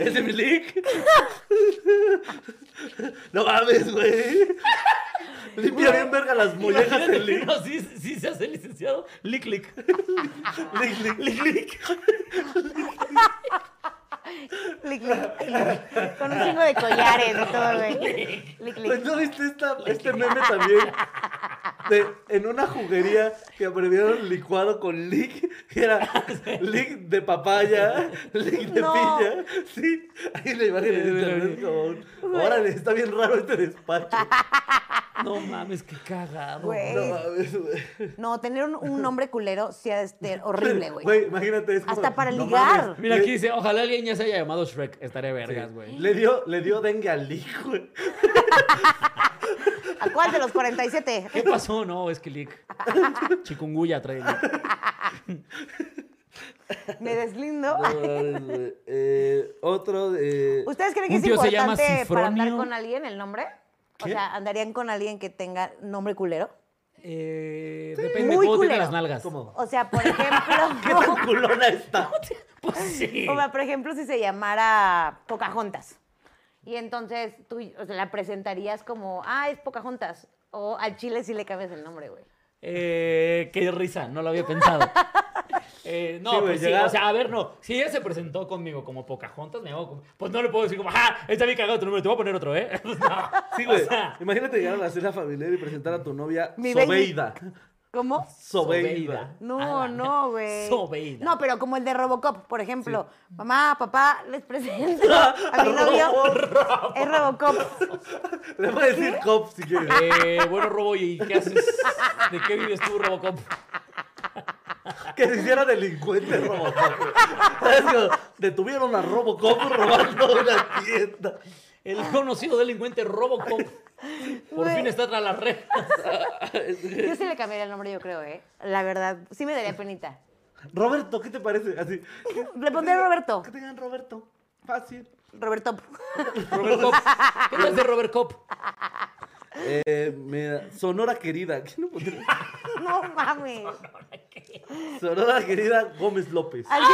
B: Ese es mi Lick. No mames, güey. Limpia bien verga las mollejas
A: Imagínate
B: del
A: que
B: Lick.
A: no, sí, sí se hace licenciado. Lick, lick.
B: Lick,
A: Lick,
B: Lick.
A: lick.
C: lick, Lick, lick. Con un chingo de collares y todo, güey. Lick,
B: Pues,
C: lick.
B: ¿No viste esta- este meme también? De, en una juguería que abrevieron licuado con lic, que era lic de papaya, lic de
C: No.
B: piña. Sí, ahí la imagen en internet como un, Órale, está bien raro este despacho.
A: No mames, qué cagado.
C: Güey.
B: No mames, güey.
C: No, tener un, un nombre culero sí ha de ser horrible, güey.
B: Güey, imagínate. es como,
C: Hasta para
B: no
C: ligar.
B: mames,
A: Mira
B: le-
A: aquí dice, ojalá alguien ya se haya llamado Shrek. Estaré vergas,
B: sí,
A: güey.
B: Le dio, le dio dengue al lic, güey.
C: ¿A cuál de los 47?
A: ¿Qué pasó? No, es que Lick. Chikunguya trae Lick.
C: Me deslindo.
B: No mames, güey. Eh, otro. eh,
C: ¿Ustedes creen que
A: Un
C: es
A: tío se llama
C: importante para andar
A: Sifronio.
C: con alguien el nombre? O
A: ¿Qué?
C: sea, ¿andarían con alguien que tenga nombre culero?
A: Eh, Depende
C: Muy
A: cómo tiene
C: culero.
A: las nalgas.
B: ¿Cómo?
C: O sea, por
B: ¿Qué tan
C: ejemplo,
B: culona está?
A: Pues sí.
C: o sea, por ejemplo, si se llamara Pocahontas. Y entonces tú o sea, la presentarías como, ah, es Pocahontas. O al chile sí le cambias el nombre, güey.
A: Eh, qué risa, no lo había pensado. Eh, no,
B: Sí, güey,
A: pues sí,
B: llegar-
A: o sea, a ver, no. Si ella se presentó conmigo como Pocahontas, me hago como- pues no le puedo decir como, ¡ah! Está bien cagado tu número, te voy a poner otro, ¿eh? Pues no.
B: Sí, güey.
A: O sea,
B: Imagínate llegar a la cena familiar y presentar a tu novia
C: Mi baby.
B: Sobeida.
C: ¿Cómo?
B: Sobeida.
A: A
C: No,
A: la
C: no, güey.
A: Sobeida.
C: No, pero como el de Robocop, por ejemplo. Mamá, papá, les presento a mi novio. es Robocop.
B: Le voy a decir cop si quieres.
A: Eh, bueno, Robo, ¿y qué haces? ¿De qué vives tú, Robocop?
B: Que se hiciera delincuente Robocop. güey. Es como, Detuvieron a Robocop robando una tienda.
A: El conocido delincuente Robocop. Por
C: Güey.
A: fin está tras las rejas.
C: Yo sí le cambiaría el nombre, yo creo, ¿eh? La verdad, sí me daría penita.
B: Roberto, ¿qué te parece? Así.
C: Le pondré Roberto.
B: Que tengan Roberto. Fácil.
C: Roberto.
A: Robocop. ¿Qué tal de Robocop?
B: Eh, mira, Sonora querida. ¿Quién no pondría?
C: No mames.
B: Sonora querida Gómez López.
C: Alguien-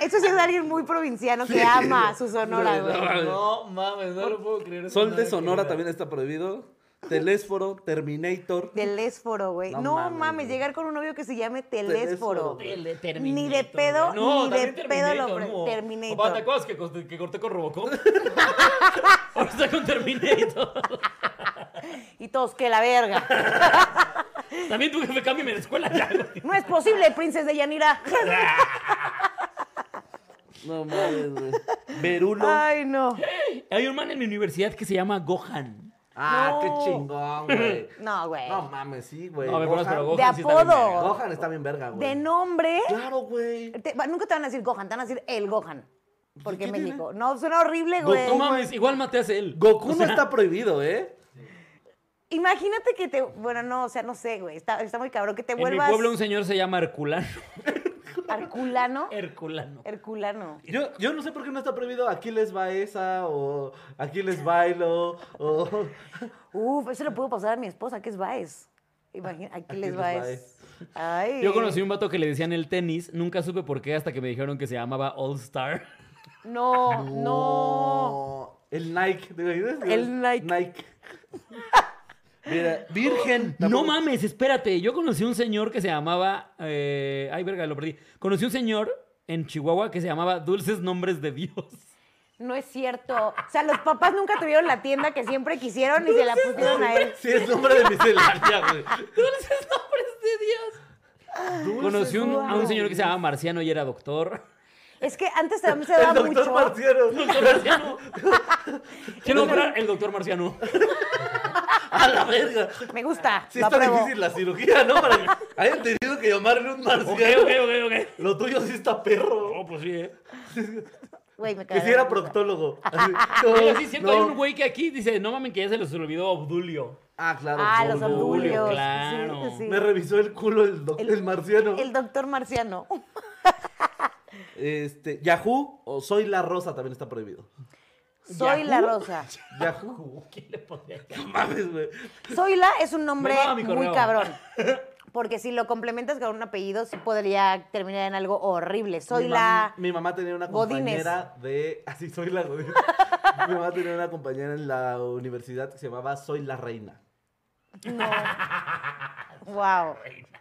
C: Eso sí es de alguien muy provinciano que ama su sonora, güey.
A: No mames, no lo puedo creer.
B: Sol de Sonora también está prohibido. Telésforo, Terminator.
C: Del esforo, güey.
B: No
C: No,
B: mames,
C: mames,
B: güey.
C: llegar con un novio que se llame Telésforo.
B: Telésforo.
A: El de Terminator,
C: Ni de pedo,
A: güey. No,
C: ni de
A: también
C: pedo lo
A: Terminator,
C: pre-
A: ¿no?
C: Terminator.
A: Papá, ¿te acuerdas que, cost- que corté con Robocop? Ahora está con Terminator.
C: Y todos, que la verga.
A: También tuve que cambiarme de escuela ya, güey.
C: No es posible, princes de Yanira.
B: No mames, güey. Berulo.
C: Ay, no.
A: Hay un man en mi universidad que se llama Gohan.
B: Ah,
C: no.
B: qué chingón, güey.
C: No, eh. güey.
B: No mames, sí, güey.
A: No, a ver, ponos, pero
C: de
A: Gohan sí está bien
C: apodo.
A: verga.
B: Gohan está bien verga, güey.
C: De nombre.
B: Claro, güey.
C: te- va- nunca te van a decir Gohan, te van a decir el Gohan. Porque
B: ¿Qué
C: México. No, suena horrible,
A: Goku,
C: güey.
A: mames, igual maté a él.
B: Goku
A: O
B: no
A: sea,
B: está prohibido, ¿eh?
C: Imagínate que te. Bueno, no, o sea, no sé, güey. Está, está muy cabrón que te
A: En mi
C: vuelvas.
A: pueblo un Eh, señor se llama Herculano.
C: Herculano.
A: Herculano.
C: Herculano.
B: Yo, yo no sé por qué no está prohibido aquí les va esa o aquí les bailo o
C: Uf, eso lo puedo pasar a mi esposa, que es Baez. Imagina, aquí, les
B: les
C: Baez. Ay.
A: Yo conocí un vato que le decían el tenis, nunca supe por qué hasta que me dijeron que se llamaba All Star.
C: No, no.
B: o el Nike, ¿te imaginas?
C: El Nike.
B: Mira, virgen.
A: No
B: tampoco-
A: mames, espérate. Yo conocí un señor que se llamaba. eh, ay, verga, lo perdí. Conocí un señor en Chihuahua que se llamaba Dulces Nombres de Dios.
C: No es cierto. O sea, los papás nunca tuvieron la tienda que siempre quisieron y se la pusieron a él.
B: Sí, es nombre de miscelánea, güey.
A: Dulces Nombres de Dios. Conocí un- a un señor que se llamaba Marciano y era doctor.
C: Es que antes también se
B: El
C: daba
B: doctor
C: mucho.
B: Marciano.
A: Marciano. Quiero nombrar el doctor Marciano.
B: A la verga.
C: Me gusta.
B: Sí
C: lo
B: está
C: apruebo.
B: difícil la cirugía, ¿no? Para que hayan tenido que llamarle un marciano.
A: Ok, ok, ok, ok.
B: Lo tuyo sí está perro.
A: No, pues sí, eh.
C: Güey, me
B: Que
C: cagué
B: si
C: de
B: era
C: risa.
B: proctólogo. Así,
A: Oiga,
B: no,
A: sí, siento,
B: no.
A: hay un güey que aquí dice, no mames, que ya se les olvidó Obdulio.
B: Ah, claro.
C: Ah, los
A: Obdulio,
B: Obdulio.
C: abdulios.
A: claro.
B: Me revisó el culo el, doc- el marciano.
C: El doctor marciano.
B: Este, Yahoo o Soy la Rosa también está prohibido.
C: Soy la
A: ¿Yahoo?
C: rosa.
B: Yahoo.
A: ¿Quién le pondría?
B: No mames, güey.
C: Soyla es un nombre
A: Me mama mi
C: muy
A: correo.
C: cabrón. Porque si lo complementas con un apellido, sí podría terminar en algo horrible.
B: mi,
C: Soy
B: mam-
C: la.
B: mi mamá tenía una
C: Godínez.
B: compañera de. Así, soy la Godínez. mi mamá tenía una compañera en la universidad que se llamaba Soy la Reina.
C: Wow.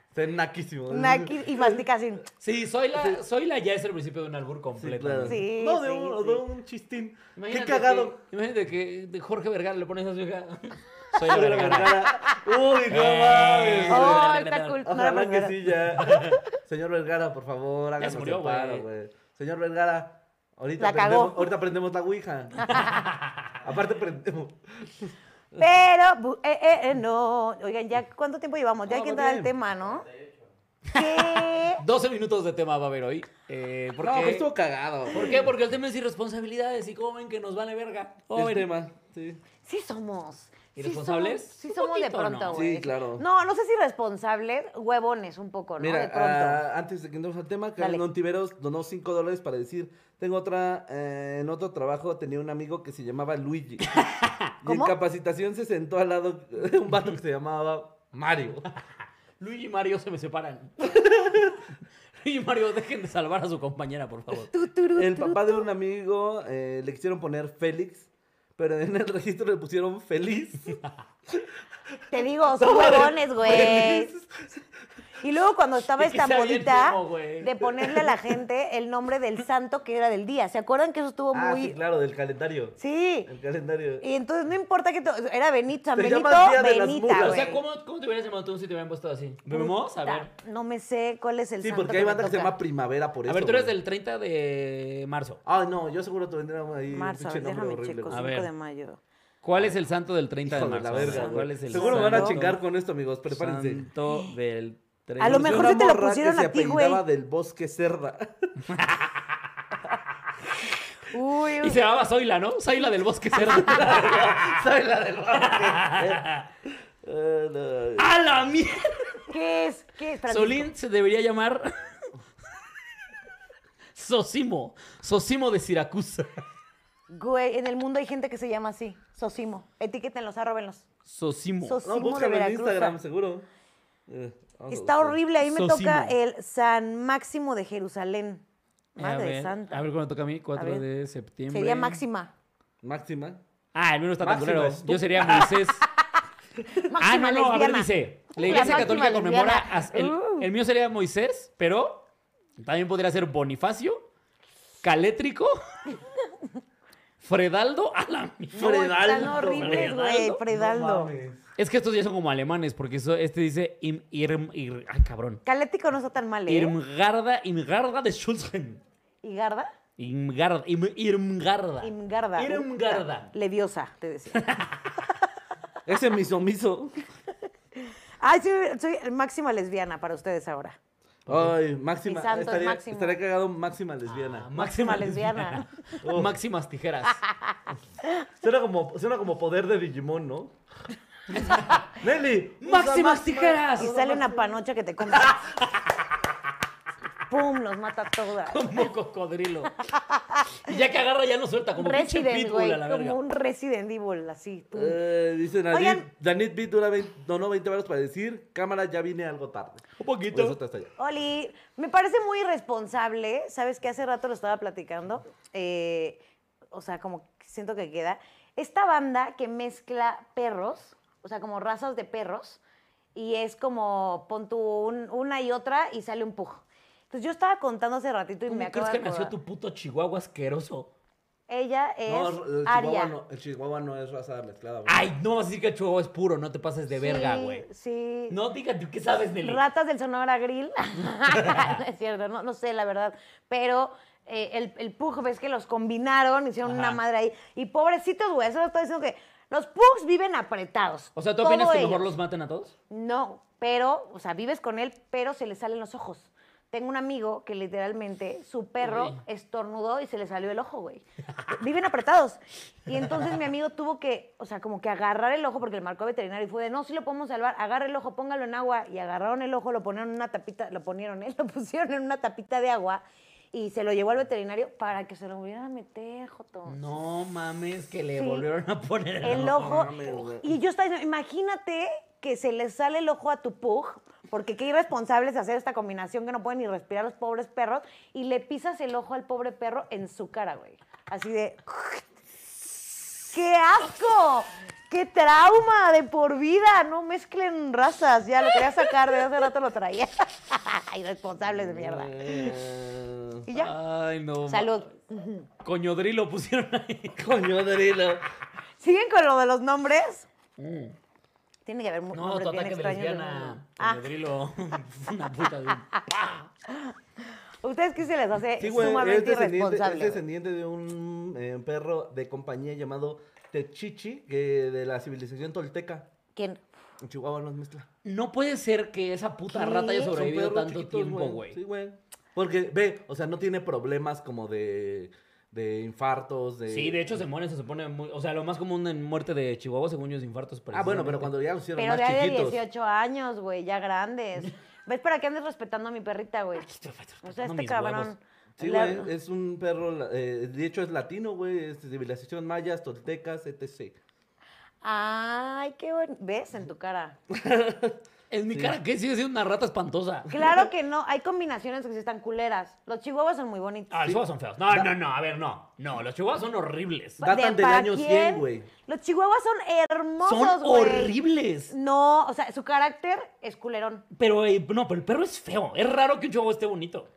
B: Está naquísimo.
C: Naki y mastica sin.
A: Sí, soy la, soy la ya es el principio de un albur
B: Sí,
A: completo.
B: claro.
C: Sí,
B: no, de,
C: sí,
B: un,
C: sí.
B: de un chistín.
A: Imagínate
B: Qué cagado.
A: que- imagínate que de Jorge Vergara le pones a su hija. Soy la
B: Soy la
A: Vergara.
B: Vergara. Ah. Uy, no
A: Eh.
B: mames. güey.
C: Oh, está cool. No la
B: Ojalá que
C: primera.
B: sí ya. Señor Vergara, por favor, háganos
A: se murió,
B: el
A: güey.
B: paro, güey. Señor Vergara, ahorita,
C: La cagó.
B: prendemos, ahorita prendemos la ouija. Aparte prendemos.
C: Pero, bu- eh, eh, eh, no. Oigan, ¿ya cuánto tiempo llevamos? Ya hay
B: No,
C: que
B: va
C: entrar al
B: bien.
C: tema, ¿no? ¿Qué?
A: 12 minutos de tema va a haber hoy. Eh, ¿por,
B: No,
A: qué?
B: pues estuvo cagado.
A: ¿Por qué? Porque el tema es irresponsabilidades y cómo ven que nos vale verga. Este, ¿Cómo
B: El
A: ven?
B: tema, sí.
C: Sí somos. Sí
A: ¿Irresponsables?
C: somos- Sí
A: Un
C: somos, de
A: poquito,
C: pronto,
A: ¿no?
C: güey.
B: Sí, claro.
C: No, no sé si responsables, huevones un poco, ¿no?
B: Mira,
C: de pronto.
B: ah, antes de que entremos al tema, Karen
C: Dale.
B: Ontiveros donó 5 dólares para decir, tengo otra, eh, en otro trabajo tenía un amigo que se llamaba Luigi. y en
C: ¿Cómo?
B: capacitación se sentó al lado de un vato que se llamaba Mario.
A: Luigi y Mario se me separan. Luigi y Mario, dejen de salvar a su compañera, por favor.
B: El papá de un amigo eh, le quisieron poner Félix, pero en el registro le pusieron Feliz.
C: Te digo, son huevones, güey.
B: Feliz.
C: Y luego cuando estaba
A: Y que
C: esta
A: sea bien
C: modita
A: emo, güey.
C: de ponerle a la gente el nombre del santo que era del día. ¿Se acuerdan que eso estuvo
B: Ah,
C: muy...
B: sí, claro, del calendario.
C: Sí.
B: El calendario.
C: Y entonces no importa que... to- Era Benito, San
B: Te
C: Benito,
B: llamas Día de las
C: Benita,
B: Mudas.
C: güey.
A: O sea, ¿cómo, ¿cómo te hubieras llamado tú si te hubieran puesto así? ¿Vemos? A ver.
C: Puta, No me sé cuál es el
B: Sí,
C: santo
B: porque hay
C: me
B: banda que se
C: toca.
B: llama Primavera por
A: A
B: eso.
A: ver, tú eres
B: güey.
A: del 30 de marzo.
B: Ah, no, yo seguro te vendría ahí un
C: Marzo, a
B: pinche
C: ver,
B: nombre
C: déjame
B: horrible.
C: checo,
B: güey.
A: A
C: 5
A: ver.
C: de mayo.
A: ¿Cuál es el santo del 30 de
B: Hijo de
A: marzo?
B: la verga,
A: ¿Cuál
B: güey.
A: es el
B: Seguro me van a
A: santo?
B: chingar con esto, amigos. Prepárense.
A: Santo del 30.
C: A lo
B: Conocí
C: mejor
B: una
C: sí te lo
B: morra
C: pusieron
B: que
C: a ti,
B: se
C: güey.
B: apellidaba del bosque cerda.
C: Uy,
A: Y
C: uy.
A: se llamaba Zoila, ¿no? Zoila del bosque cerda.
B: ¿Sabes la del bosque? Eh, no, eh.
A: ¡A la mierda!
C: ¿qué es? ¿Qué es? Francisco?
A: Solín se debería llamar. Sosimo. Sosimo de Siracusa.
C: Güey, en el mundo hay gente que se llama así, Sosimo. Etiquétenlos, arrobenlos.
A: Sosimo.
B: no,
C: Sosimo de
B: búscalo en
C: Veracruz. ah,
B: Instagram, seguro. Eh, vamos a
C: Está
B: buscar.
C: horrible, ahí me toca
A: Sosimo.
C: el San Máximo de Jerusalén.
A: Eh,
C: Madre
A: a ver,
C: santa.
A: A ver cuándo toca a mí. 4
C: ver.
A: de septiembre.
C: Sería Máxima.
B: Máxima.
A: Ah, el mío no está tan
B: Máxima,
A: culero.
B: estúpida.
A: Yo sería Moisés. ah,
C: Máxima
A: no, no. A ver,
C: lesbiana.
A: dice. La
C: La
A: iglesia
C: máxima
A: católica conmemora.
C: lesbiana.
A: as- el,
C: Uh.
A: el mío sería Moisés, pero también podría ser Bonifacio, Calétrico, Fredaldo. A la mierda.
C: No, están
B: Fredaldo,
C: horribles, güey.
A: Fredaldo.
B: No
C: Fredaldo.
B: mames.
A: Es que estos ya son como alemanes, porque eso, este dice Im, Irm, Ir- ay, cabrón.
C: Calético no está tan mal, ¿eh?
A: Irmgarda, Imgarda de Schulzen.
C: Igarda.
A: Imgarda, Im- Irmgarda.
C: Imgarda.
A: Irmgarda.
C: Leviosa, te decía.
B: Ese misomiso.
C: Ay, sí, soy máxima lesbiana para ustedes ahora.
B: Ay,
C: Mi
B: máxima.
C: santo es
B: estaría,
C: Máximo.
B: estaría cagado Ah, máxima lesbiana.
A: Máxima
C: lesbiana. Ah,
A: Oh. Máximas tijeras.
B: Suena como, suena como poder de Digimon, ¿no? Nelly. usa
A: Máximas tijeras.
C: Y sale una panocha que te compra. ¡Pum! Los mata a todas.
A: Como cocodrilo. Y ya que agarra, ya no suelta. Como pinche
C: Resident,
A: pitbull
C: güey.
A: a la verga.
C: Como un Resident Evil, así. pum.
B: Eh, dice
C: Oigan.
B: Danit, Danit B dura 20, donó 20 varos para decir, cámara, ya vine algo tarde.
A: Un
B: Por eso
A: poquito.
B: te hasta allá.
C: Oli, me parece muy irresponsable, ¿sabes que Hace rato lo estaba platicando, eh, o sea, como que siento que queda, esta banda que mezcla perros, o sea, como razas de perros, y es como pon tú un- una y otra y sale un pug. Entonces yo estaba contando hace ratito y me
A: ¿Cómo
C: acabo
A: crees
C: de
A: que nació
C: acordar.
A: tu puto chihuahua asqueroso?
C: Ella
B: No,
C: es
B: el
C: Aria.
B: chihuahua no, el chihuahua no es raza mezclada. güey.
A: Ay, no vas a decir que el chihuahua es puro. No te pases de verga,
C: Sí,
A: güey.
C: Sí.
A: No, dígate, ¿qué sabes, Nelly?
C: Ratas del Sonora Grill. no es cierto, no, no sé, la verdad. Pero eh, el, el Pug, ves que los combinaron, hicieron
A: Ajá.
C: una madre ahí. Y pobrecitos, güey, eso lo estoy diciendo que los Pugs viven apretados.
A: O sea, ¿tú
C: Todo
A: opinas que mejor
C: ellos.
A: los maten a todos?
C: No, pero, o sea, vives con él, pero se le salen los ojos. Tengo un amigo que literalmente su perro
A: Uy.
C: estornudó y se le salió el ojo, güey. Viven apretados. Y entonces mi amigo tuvo que, o sea, como que agarrar el ojo porque le marcó veterinario y fue de, no, sí lo podemos salvar, agarra el ojo, póngalo en agua. Y agarraron el ojo, lo ponieron en una tapita, lo ponieron, ¿eh? lo pusieron en una tapita de agua y se lo llevó al veterinario para que se lo volvieran a meter, Joto.
A: No mames, que le
C: Sí.
A: volvieron a poner
C: El ojo. Y yo estaba diciendo, imagínate que se le sale el ojo a tu pug, porque qué irresponsables hacer esta combinación que no pueden ni respirar los pobres perros, y le pisas el ojo al pobre perro en su cara, güey. Así de. ¡Qué asco! ¡Qué trauma de por vida! No mezclen razas. Ya lo quería sacar, de hace rato lo traía. Irresponsables de mierda.
B: Eh,
C: Y ya.
A: Ay, no. ma-
C: Salud.
A: Coñodrilo pusieron ahí.
B: coño, Darilo.
C: ¿Siguen con lo de los nombres? Mm. Tiene que haber mu-
A: No,
C: nombres
A: tu
C: bien
A: ataque de
C: extraños. del mundo.
A: lesbiana.
C: Ah.
A: Coñodrilo. Una puta de un-
C: ¿Ustedes qué se les hace
B: Sí, güey, es
C: sumamente
B: descendiente, es
C: irresponsable? güey?
B: descendiente de un eh, perro de compañía llamado Techichi, que de la civilización tolteca.
C: ¿Quién?
B: En Chihuahua no es mezcla.
A: No puede ser que esa puta
C: ¿Qué?
A: rata haya
B: Son
A: sobrevivido
B: perros
A: tanto
B: chiquitos,
A: tiempo, güey.
B: Sí, güey. Porque, ve, o sea, no tiene problemas como de, de infartos, de...
A: Sí, de hecho se mueren, se supone. Muy, o sea, lo más común en muerte de Chihuahua, según yo, es infartos.
B: Ah, bueno,
A: precisamente.
B: pero cuando ya los hicieron
C: Pero de
B: más
C: ahí de
B: chiquitos.
C: 18 años, güey, ya grandes. ¿Ves para qué andes respetando a mi perrita, güey?
A: Estoy respetando
C: O sea, este
A: mis
C: cabrón.
A: huevos.
B: Sí,
C: La-
B: güey, es un eh, perro, la- eh, de hecho es latino, güey, es de civilización mayas, toltecas, etc.
C: Ay, qué bueno. ¿Ves en tu cara?
A: En mi cara, ¿qué? Sigue siendo una rata espantosa.
C: Claro que no. Hay combinaciones que sí están culeras. Los chihuahuas son muy bonitos.
A: Ah, los chihuahuas son feos. No, no, no, a ver, no. No, los chihuahuas son horribles.
C: Pa- de-
B: Datan del
C: ¿pa'
B: año
C: quién?
B: 100, güey.
C: Los chihuahuas son hermosos,
A: Son
C: güey.
A: horribles.
C: No, o sea, su carácter es culerón.
A: Pero, eh, no, pero el perro es feo. Es raro que un chihuahua esté bonito.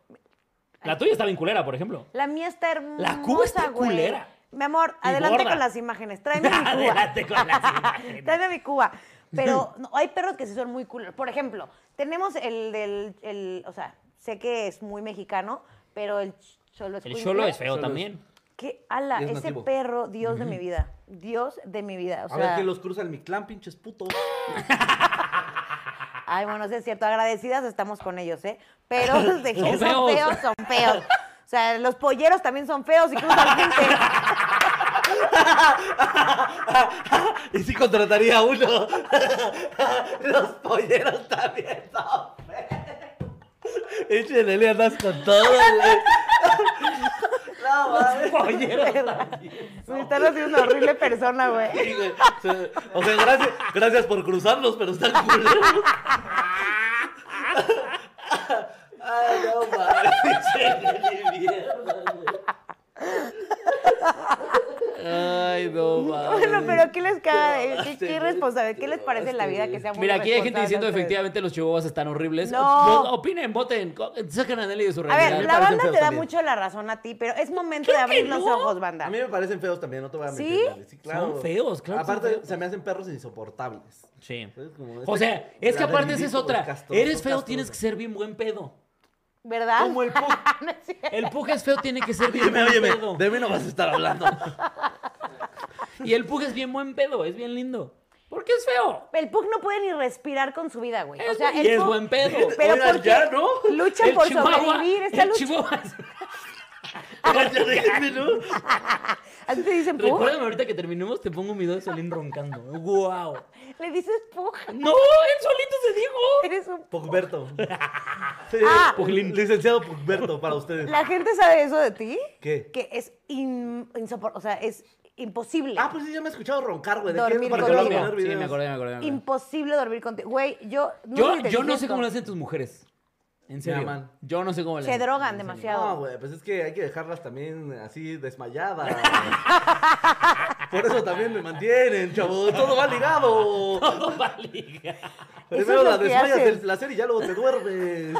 A: La tuya está bien culera, por ejemplo.
C: La mía está hermosa,
A: La Cuba está
C: güey.
A: culera.
C: Mi amor,
A: Y
C: adelante
A: gorda.
C: con las imágenes. Tráeme mi Cuba.
A: Adelante con las imágenes.
C: Tráeme mi Cuba. Pero no, hay perros que sí son muy culeros. Por ejemplo, tenemos el del... el- o sea, sé que es muy mexicano, pero el cholo es
A: El cholo es feo
B: Solo es-
A: también.
C: Qué ala,
B: Es
C: ese
B: nativo.
C: perro, Dios de mi vida. Dios de mi vida. O
B: A
C: sea,
B: ver que los cruzan mi clan, pinches putos.
C: Ay, bueno, sí es cierto. Agradecidas estamos con ellos, ¿eh? Pero de
A: Son
C: que son,
A: feos.
C: feos. son feos. O sea, los polleros también son feos y cruzan gente.
B: y si contrataría a uno. los polleros también son
D: Échale, le andas con todo, güey.
B: No, mames.
A: Polleros
C: Me están haciendo una horrible persona, güey.
B: Sí, güey. Se- O sea, gracias, gracias por cruzarlos, pero están culeros. Ay, no mames. Pinche Nelly, mierda, güey.
A: Ay, no,
C: Bueno, pero ¿qué les cae? ¿Qué,
B: Este,
C: qué responsable? ¿Qué les parece en la vida que sea muy
A: Mira, aquí hay gente
C: responsable
A: diciendo
C: ustedes?
A: efectivamente los chihuahuas están horribles.
C: No.
A: O- Opinen, voten, co- saquen a Nelly de su
C: A
A: realidad.
C: ver,
B: me
C: la
B: parecen
C: banda te
B: feos
C: da
B: también.
C: mucho la razón a ti, pero es momento de abrir los ojos, banda.
B: A mí me parecen feos también, no te voy a
C: ¿Sí?
B: mentir. Nelly. Sí, claro.
A: Son feos, claro que son
B: Aparte,
A: feos.
B: se me hacen perros insoportables.
A: Sí.
B: ¿Sabes?
A: O
B: Como este-
A: sea, es que
B: Ladrillito,
A: aparte esa es otra.
B: castroso,
A: Eres feo,
B: castroso.
A: tienes que ser bien buen pedo.
C: ¿Verdad?
B: Como el puto.
C: No es cierto.
A: El puja es feo, tiene que ser bien
B: Óyeme,
A: buen
B: óyeme,
A: pedo.
B: de mí no vas a estar hablando.
A: Y el puja es bien buen pedo, es bien lindo. ¿Por qué es feo?
C: El Pug no puede ni respirar con su vida, güey. O
A: Es
C: sea,
A: buen-
C: el
A: y es
C: Pug-
A: buen pedo.
C: Pero
B: Oigan,
C: porque
B: ya, ¿no?
C: luchan
A: El
C: por
A: chihuahua-
C: sobrevivir. Esta
A: el
C: lucha.
A: chihuahua.
B: Oye, déjenme, ¿no?
C: Así te dicen Pug.
A: Recuérdame ahorita que terminemos, te pongo un video de Solín roncando. ¡Guau!
C: Le dices Pug.
A: ¡No! ¡Él solito se dijo!
C: Eres un.
B: Pugberto. Sí,
C: Ah.
B: Puglin. Licenciado Pugberto para ustedes.
C: ¿La gente sabe eso de ti?
B: ¿Qué?
C: Que es in- insopor- O sea, es imposible.
B: Ah, pues sí, ya me he escuchado roncar, güey. ¿De qué?
C: Dormir
B: ¿Para qué
C: contigo.
B: vas a poner
A: Sí,
B: videos?
A: me acordé, me acordé. me acordé.
C: imposible dormir contigo. Güey, yo no
A: Yo,
C: sé si te
A: yo no
C: dije
A: sé cómo
C: esto.
A: lo hacen tus mujeres. En serio.
B: aman.
A: Yo no sé cómo lo
C: Se
A: hacen.
C: drogan
A: En serio.
C: demasiado.
B: No, güey, pues es que hay que dejarlas también así desmayadas. Por eso también me mantienen, chavo. Todo va ligado.
A: Todo va ligado.
B: Primero
C: es lo
B: la
C: que
B: desmayas
C: haces.
B: del placer y ya luego te duermes.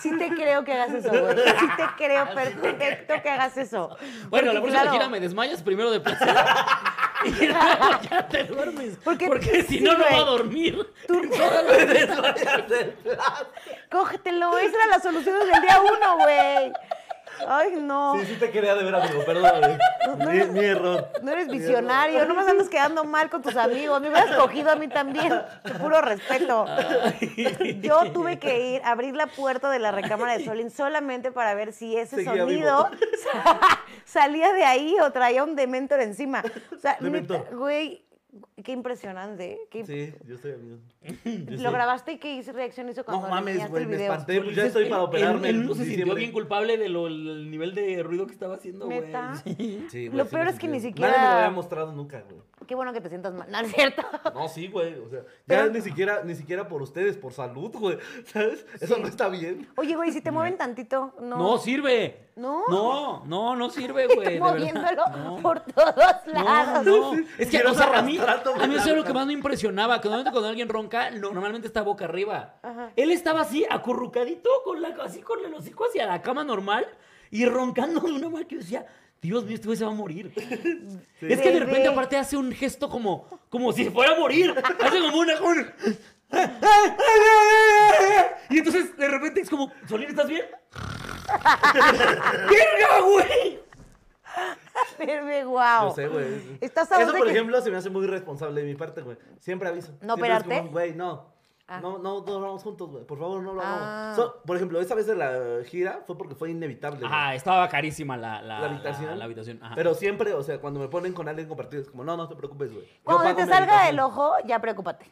C: Sí te creo que hagas eso, güey. Sí te creo perfecto que hagas eso.
A: Bueno, la
C: Porque,
A: próxima
C: claro,
A: gira me desmayas primero de placer. y luego ya te duermes.
C: Porque-
A: Porque si
C: sí,
A: no, no va
C: güey.
A: a dormir.
C: Cógetelo, esa era la solución del día uno, güey. Ay, no.
B: Sí, sí te quería de ver, amigo, perdón.
C: No
B: Mi,
C: eres-
B: mi error.
C: No eres visionario, nomás andas quedando mal con tus amigos. Me hubieras cogido a mí también, con puro respeto.
A: Ah.
C: Yo tuve que ir, abrir la puerta de la recámara de Solín solamente para ver si ese
B: Seguía
C: sonido salía de ahí o traía un dementor encima. O sea,
B: Dementor.
C: neta, güey, qué impresionante. ¿eh? Qué-
B: Sí, yo estoy amigo.
C: ¿Lo grabaste y qué hizo- reacción hizo
B: No
C: cuando
B: mames,
C: enseñaste
B: güey,
C: el
B: me
C: video?
B: espanté. Pues ya estoy para operarme. pues,
A: Él, él
B: en
A: no se sintió
B: diciembre.
A: bien culpable del nivel de ruido que estaba haciendo, güey.
C: ¿Neta?
A: Sí.
B: Sí,
C: Lo
B: sí
C: peor
B: me
C: es que
B: sentí
C: ni
B: bien.
C: siquiera-
B: Nadie me lo había mostrado nunca, güey.
C: Qué bueno que te sientas mal, ¿no es cierto?
B: No, sí, güey. O sea, ya
C: Pero-
B: ni siquiera, ni siquiera por ustedes, por salud, güey. ¿Sabes? Eso no está bien.
C: Oye, güey, si te mueven tantito, no.
A: No sirve.
C: ¿No?
A: No, no, no sirve, güey. de verdad.
C: moviéndolo
A: No.
C: por todos
A: No,
C: lados.
A: no. Es que,
B: Quiero
A: o sea, a mí,
B: arrastrándome
A: a mí
B: la
A: eso es lo que
B: boca.
A: más me impresionaba. Que normalmente cuando alguien ronca, no, normalmente está boca arriba.
C: Ajá.
A: Él estaba así, acurrucadito, con la, así con el hocico hacia la cama normal y roncando de una manera que yo decía, Dios mío, este güey se va a morir. Es que de
C: Bebé.
A: repente, aparte, hace un gesto como, como si se fuera a morir. Hace como una. como un- Y entonces, de repente, es como, Solín, ¿estás bien? ¡Verga, güey!
C: Verme, guau.
B: Yo sé, güey.
C: Estás a
B: Eso,
C: dos de
B: por
C: que-
B: ejemplo, se me hace muy responsable de mi parte, güey. Siempre aviso.
C: ¿No
B: Siempre es
C: operarte?
B: como, Güey, no.
C: Ah.
B: No, no, no vamos juntos, güey. Por favor, no lo
C: Ah.
B: hagamos. So- por ejemplo, esa vez de la gira fue porque fue inevitable. güey.
A: Ajá, estaba carísima la, la,
B: La habitación.
A: La, la habitación. Ajá.
B: Pero siempre, o sea, cuando me ponen con alguien compartido, es como, no, no te preocupes, güey. Yo
C: Cuando
B: pago
C: te
B: mi
C: salga
B: habitación".
C: del ojo, ya preocúpate.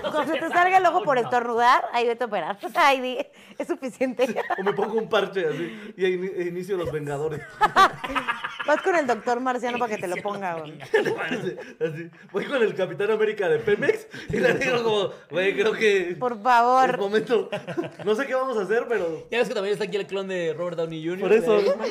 C: Cuando se te salga el ojo por estornudar, ahí vete a operar. Ay, di, es suficiente.
B: O me pongo un parche así y ahí ini- inicio los Vengadores.
C: Vas con el doctor Marciano para que te lo ponga, güey.
B: Así, voy con el Capitán América de Pemex y le digo como, güey, creo que
C: Por
B: es
C: favor.
B: momento. No sé qué vamos a hacer, pero
A: Ya ves que también está aquí el clon de Robert Downey Jr.
B: por eso.
A: de Iron Man.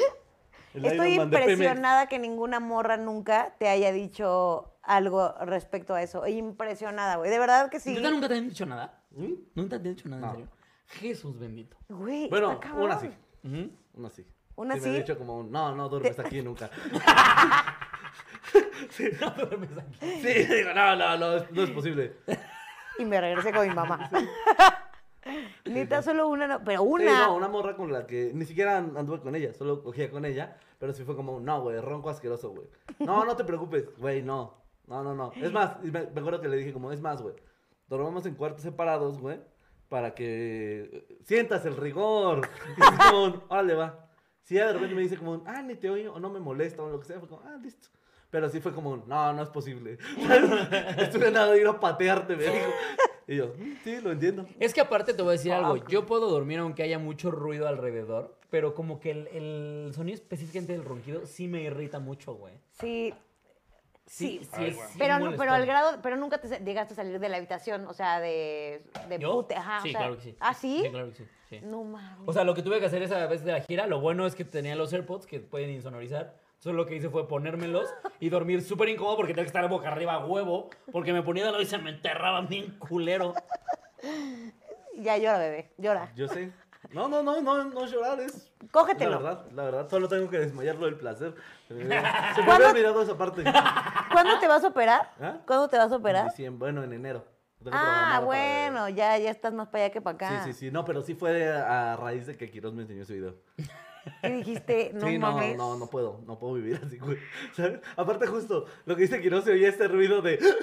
B: El
C: Estoy
B: Iron Man de Pemex.
C: impresionada que ninguna morra nunca te haya dicho algo respecto a eso. Impresionada, güey. De verdad que sí.
A: ¿Nunca, nunca te han dicho nada?
B: ¿Mm?
A: ¿Nunca te han dicho nada,
B: No.
A: en serio? Jesús bendito.
C: Güey,
B: Bueno,
C: está
B: una
C: cabrón.
B: sí.
A: Ujú.
B: Una sí.
C: ¿Una
B: Me
C: sí?
B: he dicho como, un, no, no duermes aquí nunca.
A: No te duermes aquí.
B: Sí, digo, no, no, no, es- no es posible.
C: Y me regresé con mi mamá. Neta, solo una, no, pero una.
B: Sí, no, una morra con la que ni siquiera and- anduve con ella, solo cogía con ella, pero sí fue como, no, güey, ronco asqueroso, güey. No, no te preocupes, güey, no. No, no, no. Es más, y me, me acuerdo que le dije como, es más, güey, dormamos en cuartos separados, güey, para que eh, sientas el rigor. Y es como, un, órale, va. Si ella de repente me dice como, un, ah, ni te oigo, o no me molesta, o lo que sea, fue como, ah, listo. Pero sí fue como, un, no, no es posible. Estuve a nada de ir a patearte, me dijo. Y yo, "Mm, sí, lo entiendo.
A: Es que aparte te voy a
B: Ah,
A: decir algo. Yo puedo dormir aunque haya mucho ruido alrededor, pero como que el, el sonido específicamente del ronquido sí me irrita mucho, güey.
C: Sí, Sí.
A: es- sí
C: pero,
A: me
C: no, pero
A: molesta.
C: al grado, pero nunca te sa- llegaste a salir de la habitación, o sea, de, de
A: ¿Yo?
C: pute, ajá,
A: sí,
C: o sea,
A: claro que sí.
C: ¿Ah, sí?
A: Sí, claro que sí. sí.
C: No mames.
A: O sea, lo que tuve que hacer esa vez de la gira, lo bueno es que tenía los AirPods que pueden insonorizar. Entonces lo que hice fue ponérmelos y dormir súper incómodo porque tenía que estar boca arriba a huevo, porque me ponía de lado y se me enterraba bien culero.
C: Ya llora, bebé, llora.
B: Yo sé. No, no, no, no, no llorar es.
C: Cógetelo.
B: La verdad, la verdad, solo tengo que desmayarlo del placer. Eh, Se me había se me
C: ¿Cuándo-
B: había olvidado esa parte.
C: ¿Cuándo te vas a operar?
B: ¿Ah?
C: ¿Cuándo te vas a
B: En
C: operar?
B: diciembre, bueno, en enero. Lo tengo
C: Ah,
B: programado para-
C: bueno, ya, ya estás más para allá que para acá.
B: Sí, sí, sí. No, pero sí fue a raíz de que Quiroz me enseñó ese video.
C: Y dijiste, no
B: sí, no,
C: mames.
B: no, no puedo. No puedo vivir así, güey. ¿Sabes? Aparte, justo lo que dice Quiroz se oía este ruido de.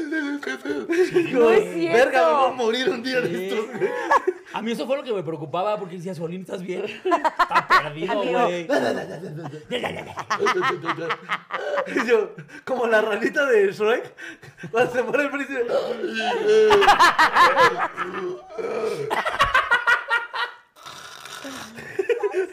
C: No es cierto.
B: Verga, me voy a morir un día
A: Sí.
B: de estos, güey.
A: A mí eso fue lo que me preocupaba porque decía, Solín, ¿estás bien? Está perdido,
C: Amigo.
A: güey.
B: Y yo, como la ranita de Shrek, cuando se muere el príncipe.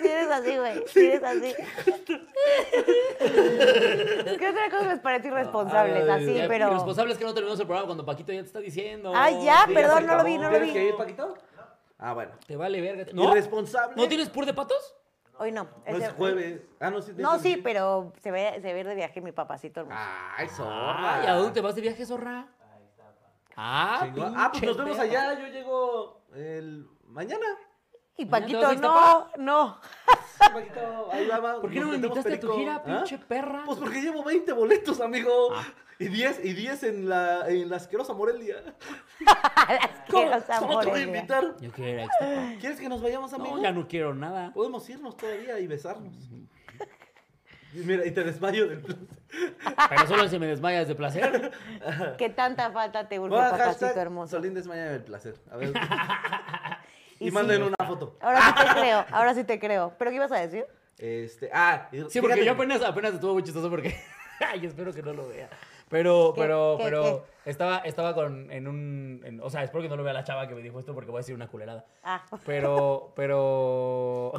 C: Sí eres así, güey, sí eres así. ¿Qué otra cosa les parece irresponsables?
B: Ay,
C: Así,
A: Eh,
C: pero...
A: Irresponsable es que no terminamos el programa cuando Paquito ya te está diciendo.
C: Ay, ya,
B: Sí,
C: Ah, perdón,
B: se
C: no lo vi,
B: acabó.
C: no lo
B: ¿Tienes
C: vi.
B: que ir, Paquito? Ah, bueno.
A: Te vale verga.
B: ¿No?
A: ¿No?
B: Irresponsable.
A: ¿No tienes pur de patos?
C: Hoy no.
B: No es
C: ese-
B: jueves. Ah, no, sí. de
C: No,
B: hecho,
C: sí, pero se ve, se ve de viaje mi papacito
B: Ah.
C: hermoso.
B: Ay,
C: Ah.
B: zorra.
A: Ay, ¿a dónde te vas de viaje, zorra? Ah,
B: Chingón. Ah, pues
A: pinche
B: nos vemos
A: perro.
B: allá. Yo llego el mañana.
C: Y
A: Mañana te
C: Paquito,
A: vas a
C: no, no.
B: Sí, Paquito, ahí va, va.
A: ¿Por qué no
B: Nos
A: me
B: metemos
A: invitaste a tu
B: perico.
A: gira,
B: ¿Ah?
A: pinche perra?
B: Pues porque llevo 20 boletos, amigo.
A: Ah.
B: Y 10, y 10 en la, en la asquerosa Morelia.
C: ¿Cómo,
B: ¿Cómo te voy a invitar?
A: Yo quiero ir a
C: Ah,
A: Ixtapa.
B: ¿Quieres que nos vayamos, amigo?
A: No, ya no quiero nada.
B: Podemos irnos todavía y besarnos. Y mira, y te desmayo del placer.
A: Pero solo si me desmayas de placer.
C: ¿Qué tanta falta te urge,
B: Pongan
C: papacito
B: hashtag
C: hermoso?
B: Solín desmaya del placer. A ver.
C: Y
B: y
C: sí.
B: manden una foto.
C: Ahora sí te creo, ahora sí te creo. ¿Pero qué ibas a decir?
B: Este, ah, y-
A: Sí, porque yo
B: fíjate que-
A: apenas, apenas estuvo muy chistoso porque. Ay, espero que no lo vea. Pero,
C: ¿Qué?
A: pero,
C: ¿Qué?
A: pero estaba, estaba con en un. en- o sea, espero que no lo vea la chava que me dijo esto porque voy a decir una culerada.
C: Ah,
A: Pero, pero.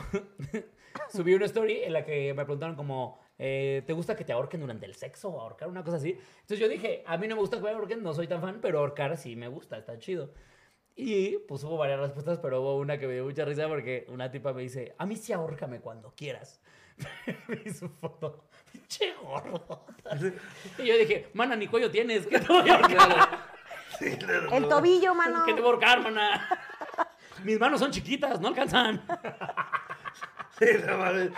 A: subí una story en la que me preguntaron como. eh, ¿Te gusta que te ahorquen durante el sexo o ahorcar una cosa así? Entonces yo dije, a mí no me gusta que me ahorquen, no soy tan fan, pero ahorcar sí me gusta, está chido. Y pues hubo varias respuestas, pero hubo una que me dio mucha risa porque una tipa me dice, a mí sí ahórcame cuando quieras. me hizo foto, pinche gordo. Y yo dije, mana, ni cuello tienes, que te voy a ahorcar.
C: el tobillo, mano.
A: ¿Qué te voy a ahorcar, mana? Mis manos son chiquitas, no alcanzan.
B: Sí, no mames.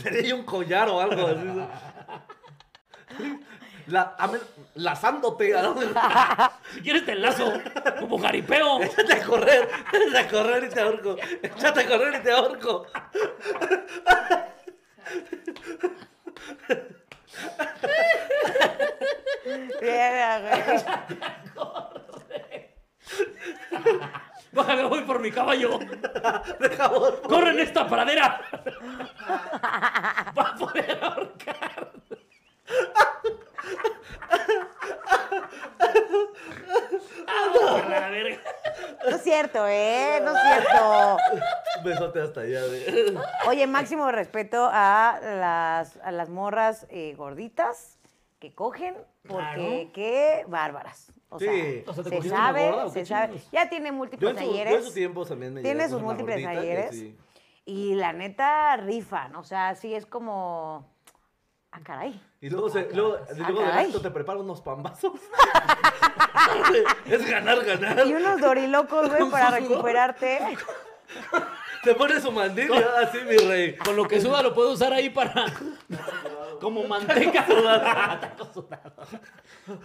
B: Sería yo un collar o algo así. ¿no? La, a ver, lazándote, ¿no?
A: Si quieres te enlazo, como jaripeo.
B: Échate a correr, échate a correr y te ahorco. Échate a correr y te ahorco.
C: Verga, güey.
A: Bájame, voy por mi caballo.
B: Por favor.
A: ¡Corre en esta pradera! Va a poder ahorcar. Ah, no, la verga. Ah,
C: No es cierto, ¿eh? No es cierto.
B: Besote hasta allá, güey.
C: Oye, máximo respeto a las, a las morras eh, gorditas que cogen, porque qué bárbaras. O
B: Sí.
C: sea,
B: O
A: sea, ¿te
C: se
A: cogiste una
C: sabe,
A: gorda o qué
C: se sabe.
A: chingados?
C: Ya tiene
B: Yo
C: múltiples
B: en, su, yo en su
C: talleres.
B: tiempo también me
C: Tiene
B: llevé
C: sus
B: una
C: múltiples
B: gordita que
C: ayeres.
B: sí.
C: Y la neta rifan, o sea, sí es como. Ah, caray.
B: Y luego, se, luego, luego
C: Ah, caray.
B: de esto te preparo unos pambazos. es ganar, ganar.
C: Y unos dorilocos, güey,
B: Con
C: para
B: su sudor.
C: recuperarte.
B: Te pones su mandil y ahora sí, mi rey.
A: Con lo que suda lo puedo usar ahí para. como manteca.
B: Ah,
A: Taco sudado.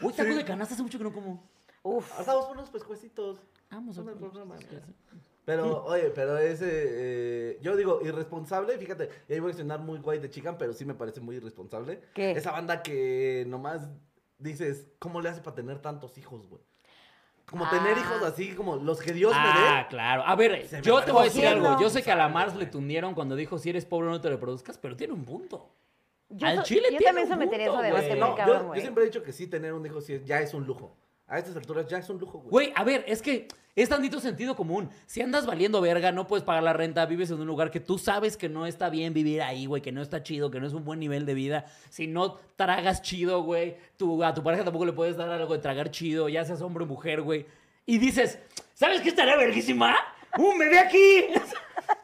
A: Uy, taco de canasta hace mucho que no como.
C: Uf.
B: Hacemos unos pescuecitos.
A: Vamos a
B: Una programa. Pero, oye, pero ese. eh, yo digo, irresponsable, fíjate. Y ahí voy a sonar muy guay de chican, pero sí me parece muy irresponsable.
C: ¿Qué?
B: Esa banda que nomás dices, ¿cómo le hace para tener tantos hijos, güey? Como tener
C: Ah.
B: hijos así, como los que Dios
A: Ah,
B: me dé.
A: claro. A ver,
B: Se me
A: yo te voy a decir
C: cogiendo.
A: algo. Yo sé que a la Mars le tundieron cuando dijo si eres pobre no te reproduzcas, pero tiene un punto.
C: Yo,
A: Al
C: so-
A: chile
C: yo
A: tiene
C: también
A: un
C: sometería eso
A: punto,
C: de
A: güey.
C: debate,
A: Este
B: No,
C: muy
A: mercado,
B: yo,
C: cabrón,
B: yo
C: güey.
B: siempre he dicho que sí, tener un hijo sí, ya es un lujo. A estas alturas ya es un lujo, güey.
A: Güey, a ver, es que es tantito sentido común. Si andas valiendo verga, no puedes pagar la renta, vives en un lugar que tú sabes que no está bien vivir ahí, güey, que no está chido, que no es un buen nivel de vida. Si no tragas chido, güey, tu- a tu pareja tampoco le puedes dar algo de tragar chido, ya seas hombre o mujer, güey. Y dices, ¿sabes qué estaría verguísima? ¡Un bebé aquí!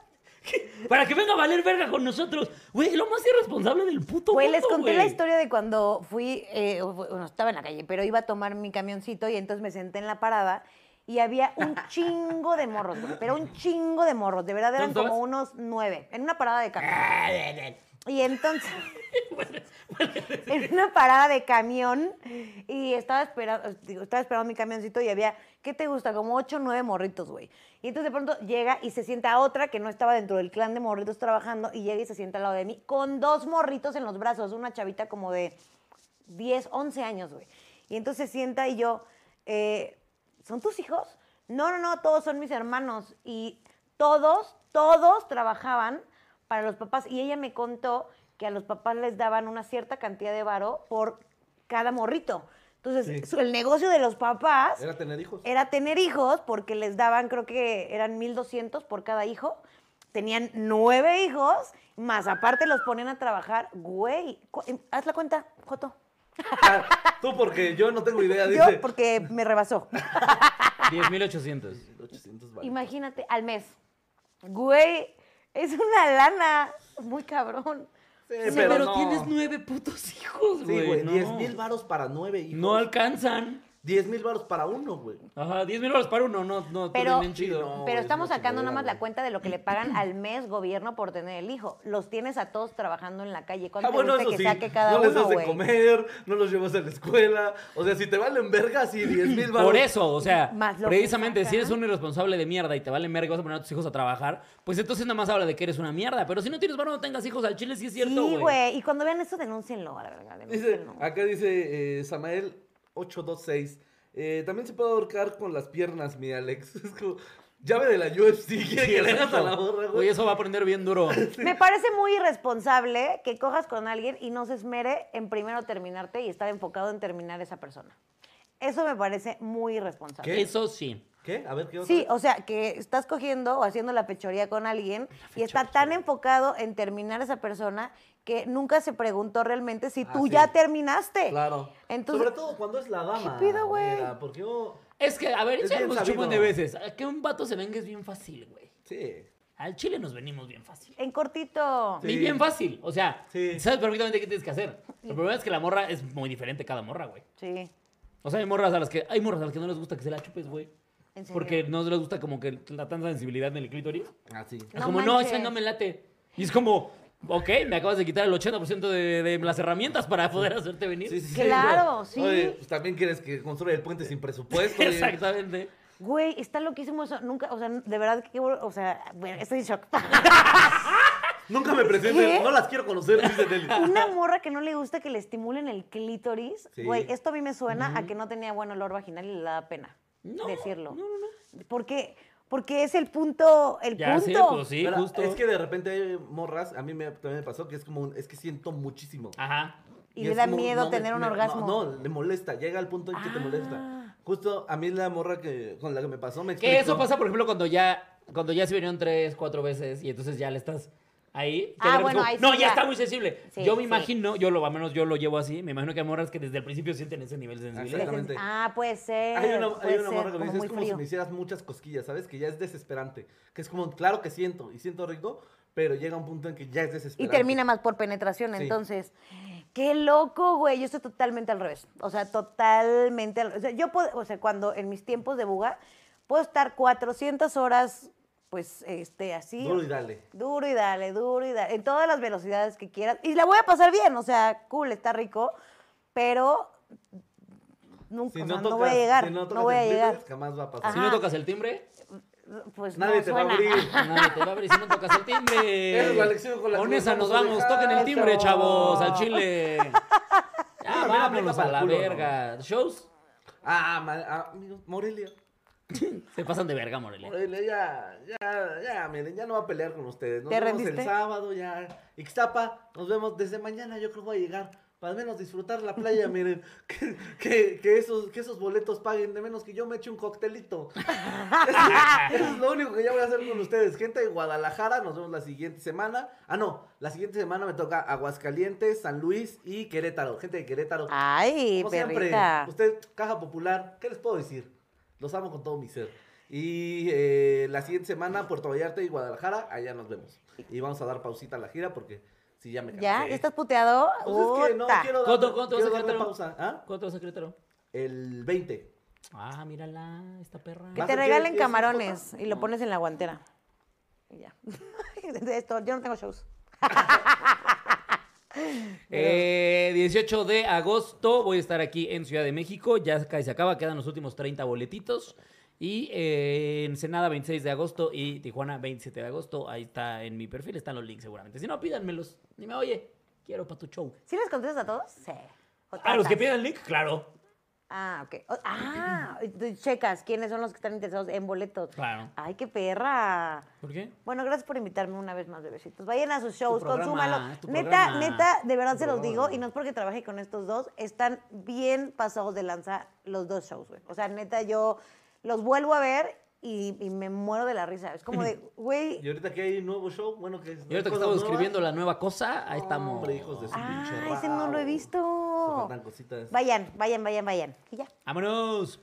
A: Para que venga a valer verga con nosotros. Güey, lo más irresponsable del puto
C: Güey,
A: mundo,
C: les conté la
A: güey.
C: historia de cuando fui, eh, bueno, estaba en la calle, pero iba a tomar mi camioncito y entonces me senté en la parada y había un chingo de morros, güey, pero un chingo de morros, de verdad eran
A: ¿Dónde
C: como unos nueve, en una parada de camión.
A: Ah,
C: Y entonces, en una parada de camión, y estaba esperando, digo, estaba esperando mi camioncito y había, ¿qué te gusta? Como ocho o nueve morritos, güey. Y entonces de pronto llega y se sienta otra que no estaba dentro del clan de morritos trabajando y llega y se sienta al lado de mí con dos morritos en los brazos, una chavita como de 10, 11 años, güey. Y entonces se sienta y yo, eh, ¿son tus hijos? No, no, no, todos son mis hermanos. Y todos, todos trabajaban para los papás. Y ella me contó que a los papás les daban una cierta cantidad de varo por cada morrito. Entonces, su- el negocio de los papás
B: Era tener hijos.
C: era tener hijos porque les daban, creo que eran 1200 por cada hijo. Tenían nueve hijos, más aparte los ponían a trabajar. Güey, cu- eh, haz la cuenta, Joto.
B: Ah, Tú, porque yo no tengo idea, dice.
C: Yo, porque me rebasó.
A: 10.800.
B: 800 vale.
C: Imagínate, al mes. Güey, es una lana muy cabrón.
B: Sí,
A: Sí,
B: pero,
A: pero
B: no.
A: tienes nueve putos hijos,
B: Sí,
A: güey.
B: güey,
A: no.
B: 10 mil varos para nueve hijos.
A: No alcanzan.
B: 10 mil varos para uno, güey.
A: Ajá, 10 mil dólares para uno, no, no,
C: Pero,
A: pero, bien chido.
B: no,
C: pero
B: es
C: estamos
B: una
C: sacando nada
B: chingadera,
C: más la
B: güey.
C: cuenta de lo que le pagan al mes gobierno por tener el hijo. Los tienes a todos trabajando en la calle. ¿Cuánto
B: Ah,
C: te
B: bueno,
C: gusta
B: eso
C: que
B: sí.
C: saque cada
B: no les
C: uno,
B: das de
C: güey?
B: comer, no los llevas a la escuela. O sea, si te valen verga, sí, 10 mil varos.
A: Por eso, o sea,
C: Más lo que
A: precisamente si
C: saca.
A: eres un irresponsable de mierda y te vale merda y vas a poner a tus hijos a trabajar, pues entonces nada más habla de que eres una mierda. Pero si no tienes varón, no tengas hijos al chile, sí es cierto,
C: Sí,
A: güey.
C: güey. Y cuando vean eso, denúncienlo, la
B: Dice,
C: verdad.
B: "Ah,
C: denúncienlo.
B: acá dice eh, Samael 826. eh, También se puede ahorcar con las piernas, mi Alex. Es como llave de la UFC. Quiere que le hagas a la borra,
A: Güey,
B: güey.
A: eso va a aprender bien duro.
C: Me parece muy irresponsable que cojas con alguien y no se esmere en primero terminarte y estar enfocado en terminar esa persona. Eso me parece muy irresponsable.
B: ¿Qué?
A: Eso sí.
B: ¿Qué? A ver, ¿qué otra?
C: Sí, o sea, que estás cogiendo o haciendo la pechoría con alguien y está tan enfocado en terminar esa persona que nunca se preguntó realmente si
B: Ah,
C: tú
B: sí.
C: ya terminaste.
B: Claro.
C: Entonces,
B: Sobre todo cuando es la dama.
C: pido, güey?
B: mira, Porque yo.
A: Es que, a ver,
B: Es
A: ya
B: bien
A: hemos dicho un buen de
B: sabido.
A: veces. a Que un vato se venga es bien fácil, güey.
B: Sí.
A: Al chile nos venimos bien fácil.
C: en cortito.
B: Sí.
A: Y bien fácil. O sea,
B: Sí.
A: sabes perfectamente qué tienes que hacer. El problema es que la morra es muy diferente cada morra, güey.
C: Sí.
A: O sea, hay morras a las que, hay morras a las que no les gusta que se la chupes, güey.
C: ¿En serio?
A: Porque no les gusta como que la tanta sensibilidad en el clítoris.
B: Así.
A: Es
C: No
A: como, no,
C: manches.
A: esa no me late. Y es como, ok, me acabas de quitar el 80% de, de las herramientas para poder hacerte venir.
B: Sí, sí, sí,
C: Claro,
B: güey.
C: sí.
B: Oye, pues también quieres que construya el puente sin presupuesto. oye.
A: Exactamente.
C: Güey, está loquísimo eso. Nunca, o sea, de verdad que, o sea, bueno, estoy en shock.
B: Nunca me presentes,
C: ¿Qué?
B: no las quiero conocer, dice Nelly.
C: Una morra que no le gusta que le estimulen el clítoris,
B: Sí.
C: güey, esto a mí me suena a que no tenía buen olor vaginal y le daba pena
A: No,
C: decirlo. No, no, no. Porque, porque es el punto, el
A: Ya sé,
C: punto.
A: pues sí,
B: Pero
A: justo.
B: Es que de repente hay morras, a mí me, también me pasó que es como, un- es que siento muchísimo.
A: Ajá.
C: Y le
B: es
C: da
B: como,
C: miedo
B: no, me-
C: tener un
B: me- no,
C: orgasmo.
B: No, le molesta, llega al punto en que te
C: Ah.
B: molesta. Justo a mí la morra que, con la que me pasó me
A: Que
B: explicó.
A: eso pasa, por ejemplo, cuando ya cuando ya se vinieron tres, cuatro veces y entonces ya le estás ahí.
C: Ah,
A: ya
C: bueno,
A: como,
C: ahí sí
A: no, ya
C: ya.
A: está muy sensible.
C: Sí,
A: yo me
C: sí.
A: imagino, yo lo al menos yo lo llevo así, me imagino que hay morras que desde el principio sienten ese nivel de sensibilidad.
B: Exacto. Exactamente.
C: Ah, puede ser.
B: Hay una, hay
C: puede
B: una
C: ser,
B: morra que me
C: como
B: dice,
C: muy
B: es como si
C: frío".
B: me hicieras muchas cosquillas, ¿sabes? Que ya es desesperante. Que es como, claro que siento, y siento rico, pero llega un punto en que ya es
C: Y
B: desesperante.
C: termina más por penetración,
B: Sí.
C: entonces. Qué loco, güey. Yo estoy totalmente al revés. O sea, totalmente al revés. O sea, yo puedo, o sea, cuando en mis tiempos de buga, puedo estar 400 horas, pues, este, así.
B: Duro y dale.
C: Duro y dale, duro y dale. En todas las velocidades que quieras. Y la voy a pasar bien, o sea, cool, está rico. Pero nunca,
B: Si
C: o sea, no,
B: tocas-
C: voy a llegar.
B: si
C: no,
B: tocas
C: voy a
B: el
C: llegar.
B: flipper, Jamás va a pasar.
A: Si no
C: Ajá.
A: tocas el timbre,
C: Pues
B: Nadie
C: no
B: te
C: suena.
B: va a abrir.
A: nadie te va a abrir si no tocas el timbre.
B: Esa es la lección con la que
A: Con
B: nos
A: esa nos
B: vamos
A: vamos,
B: a
A: toquen el
B: dejar,
A: timbre, chavos, al
B: chavos.
A: chile. Ya,
B: también aplica
A: vámonos a
B: para
A: la
B: el culo,
A: verga. ¿Shows?
B: Ah, ma- ah, amigos, Morelia.
A: Se pasan de verga, Morelia.
B: Morelia ya, ya, ya, miren, ya no va a pelear con ustedes. Nos
C: ¿Te
B: vemos
C: rendiste?
B: el sábado, ya. Ixtapa, nos vemos desde mañana, yo creo que voy a llegar. Para al menos disfrutar la playa, miren. Que, que, que esos, que esos boletos paguen, de menos que yo me eche un coctelito. Eso es lo único que ya voy a hacer con ustedes. Gente de Guadalajara, nos vemos la siguiente semana. Ah, no, la siguiente semana me toca Aguascalientes, San Luis y Querétaro. Gente de Querétaro.
C: Ay,
B: Como siempre,
C: perrita.
B: usted, Caja Popular, ¿qué les puedo decir? Los amo con todo mi ser. Y eh, la siguiente semana, Puerto Vallarta y Guadalajara, allá nos vemos. Y vamos a dar pausita a la gira porque si ya me cansé.
C: ¿Ya? ¿Ya estás puteado?
B: Pues es que no,
C: Uta.
B: quiero darle-
A: ¿Cuánto, cuánto vas a
B: quiero darle
A: Querétaro?
B: pausa. ¿Ah?
A: ¿Cuánto vas a Querétaro?
B: El 20.
A: Ah, mírala, esta perra.
C: Que
B: ¿Vas
C: te
B: a- quieres-
C: regalen
B: quieres un
C: camarones
B: poco?
C: y lo
B: No.
C: pones en la guantera. Y ya. De Esto, yo no tengo shows.
A: Eh, 18 de agosto voy a estar aquí en Ciudad de México. Ya casi se acaba, quedan los últimos 30 boletitos. Y eh, Ensenada 26 de agosto y Tijuana 27 de agosto. Ahí está en mi perfil, están los links seguramente. Si no, pídanmelos. Dime, oye, quiero para tu show.
C: ¿Sí les contestas a todos? Sí. O
A: ¿A Ah, los que
C: tratas.
A: pidan el link? Claro.
C: Ah, ok. O- Ah, tú checas quiénes son los que están interesados en boletos.
A: Claro.
C: Ay, qué perra.
A: ¿Por qué?
C: Bueno, gracias por invitarme una vez más, bebecitos. Vayan a sus shows,
A: programa,
C: consúmanlo.
A: es tu
C: Neta,
A: programa.
C: neta, de verdad se los
B: programa.
C: digo, y no es porque trabaje con estos dos, están bien pasados de lanza los dos shows, güey. O sea, neta, yo los vuelvo a ver y, y me muero de la risa. Es como de, güey,
B: Y ahorita que hay un nuevo show, bueno, que es.
A: Y ahorita que estamos escribiendo la nueva cosa, ahí estamos.
B: Hombre, hijos de su
C: ah,
B: pinche
C: ese no lo he
B: rabo.
C: visto.
B: Faltan cositas.
C: Vayan, vayan, vayan, vayan. Y ya.
A: ¡Vámonos!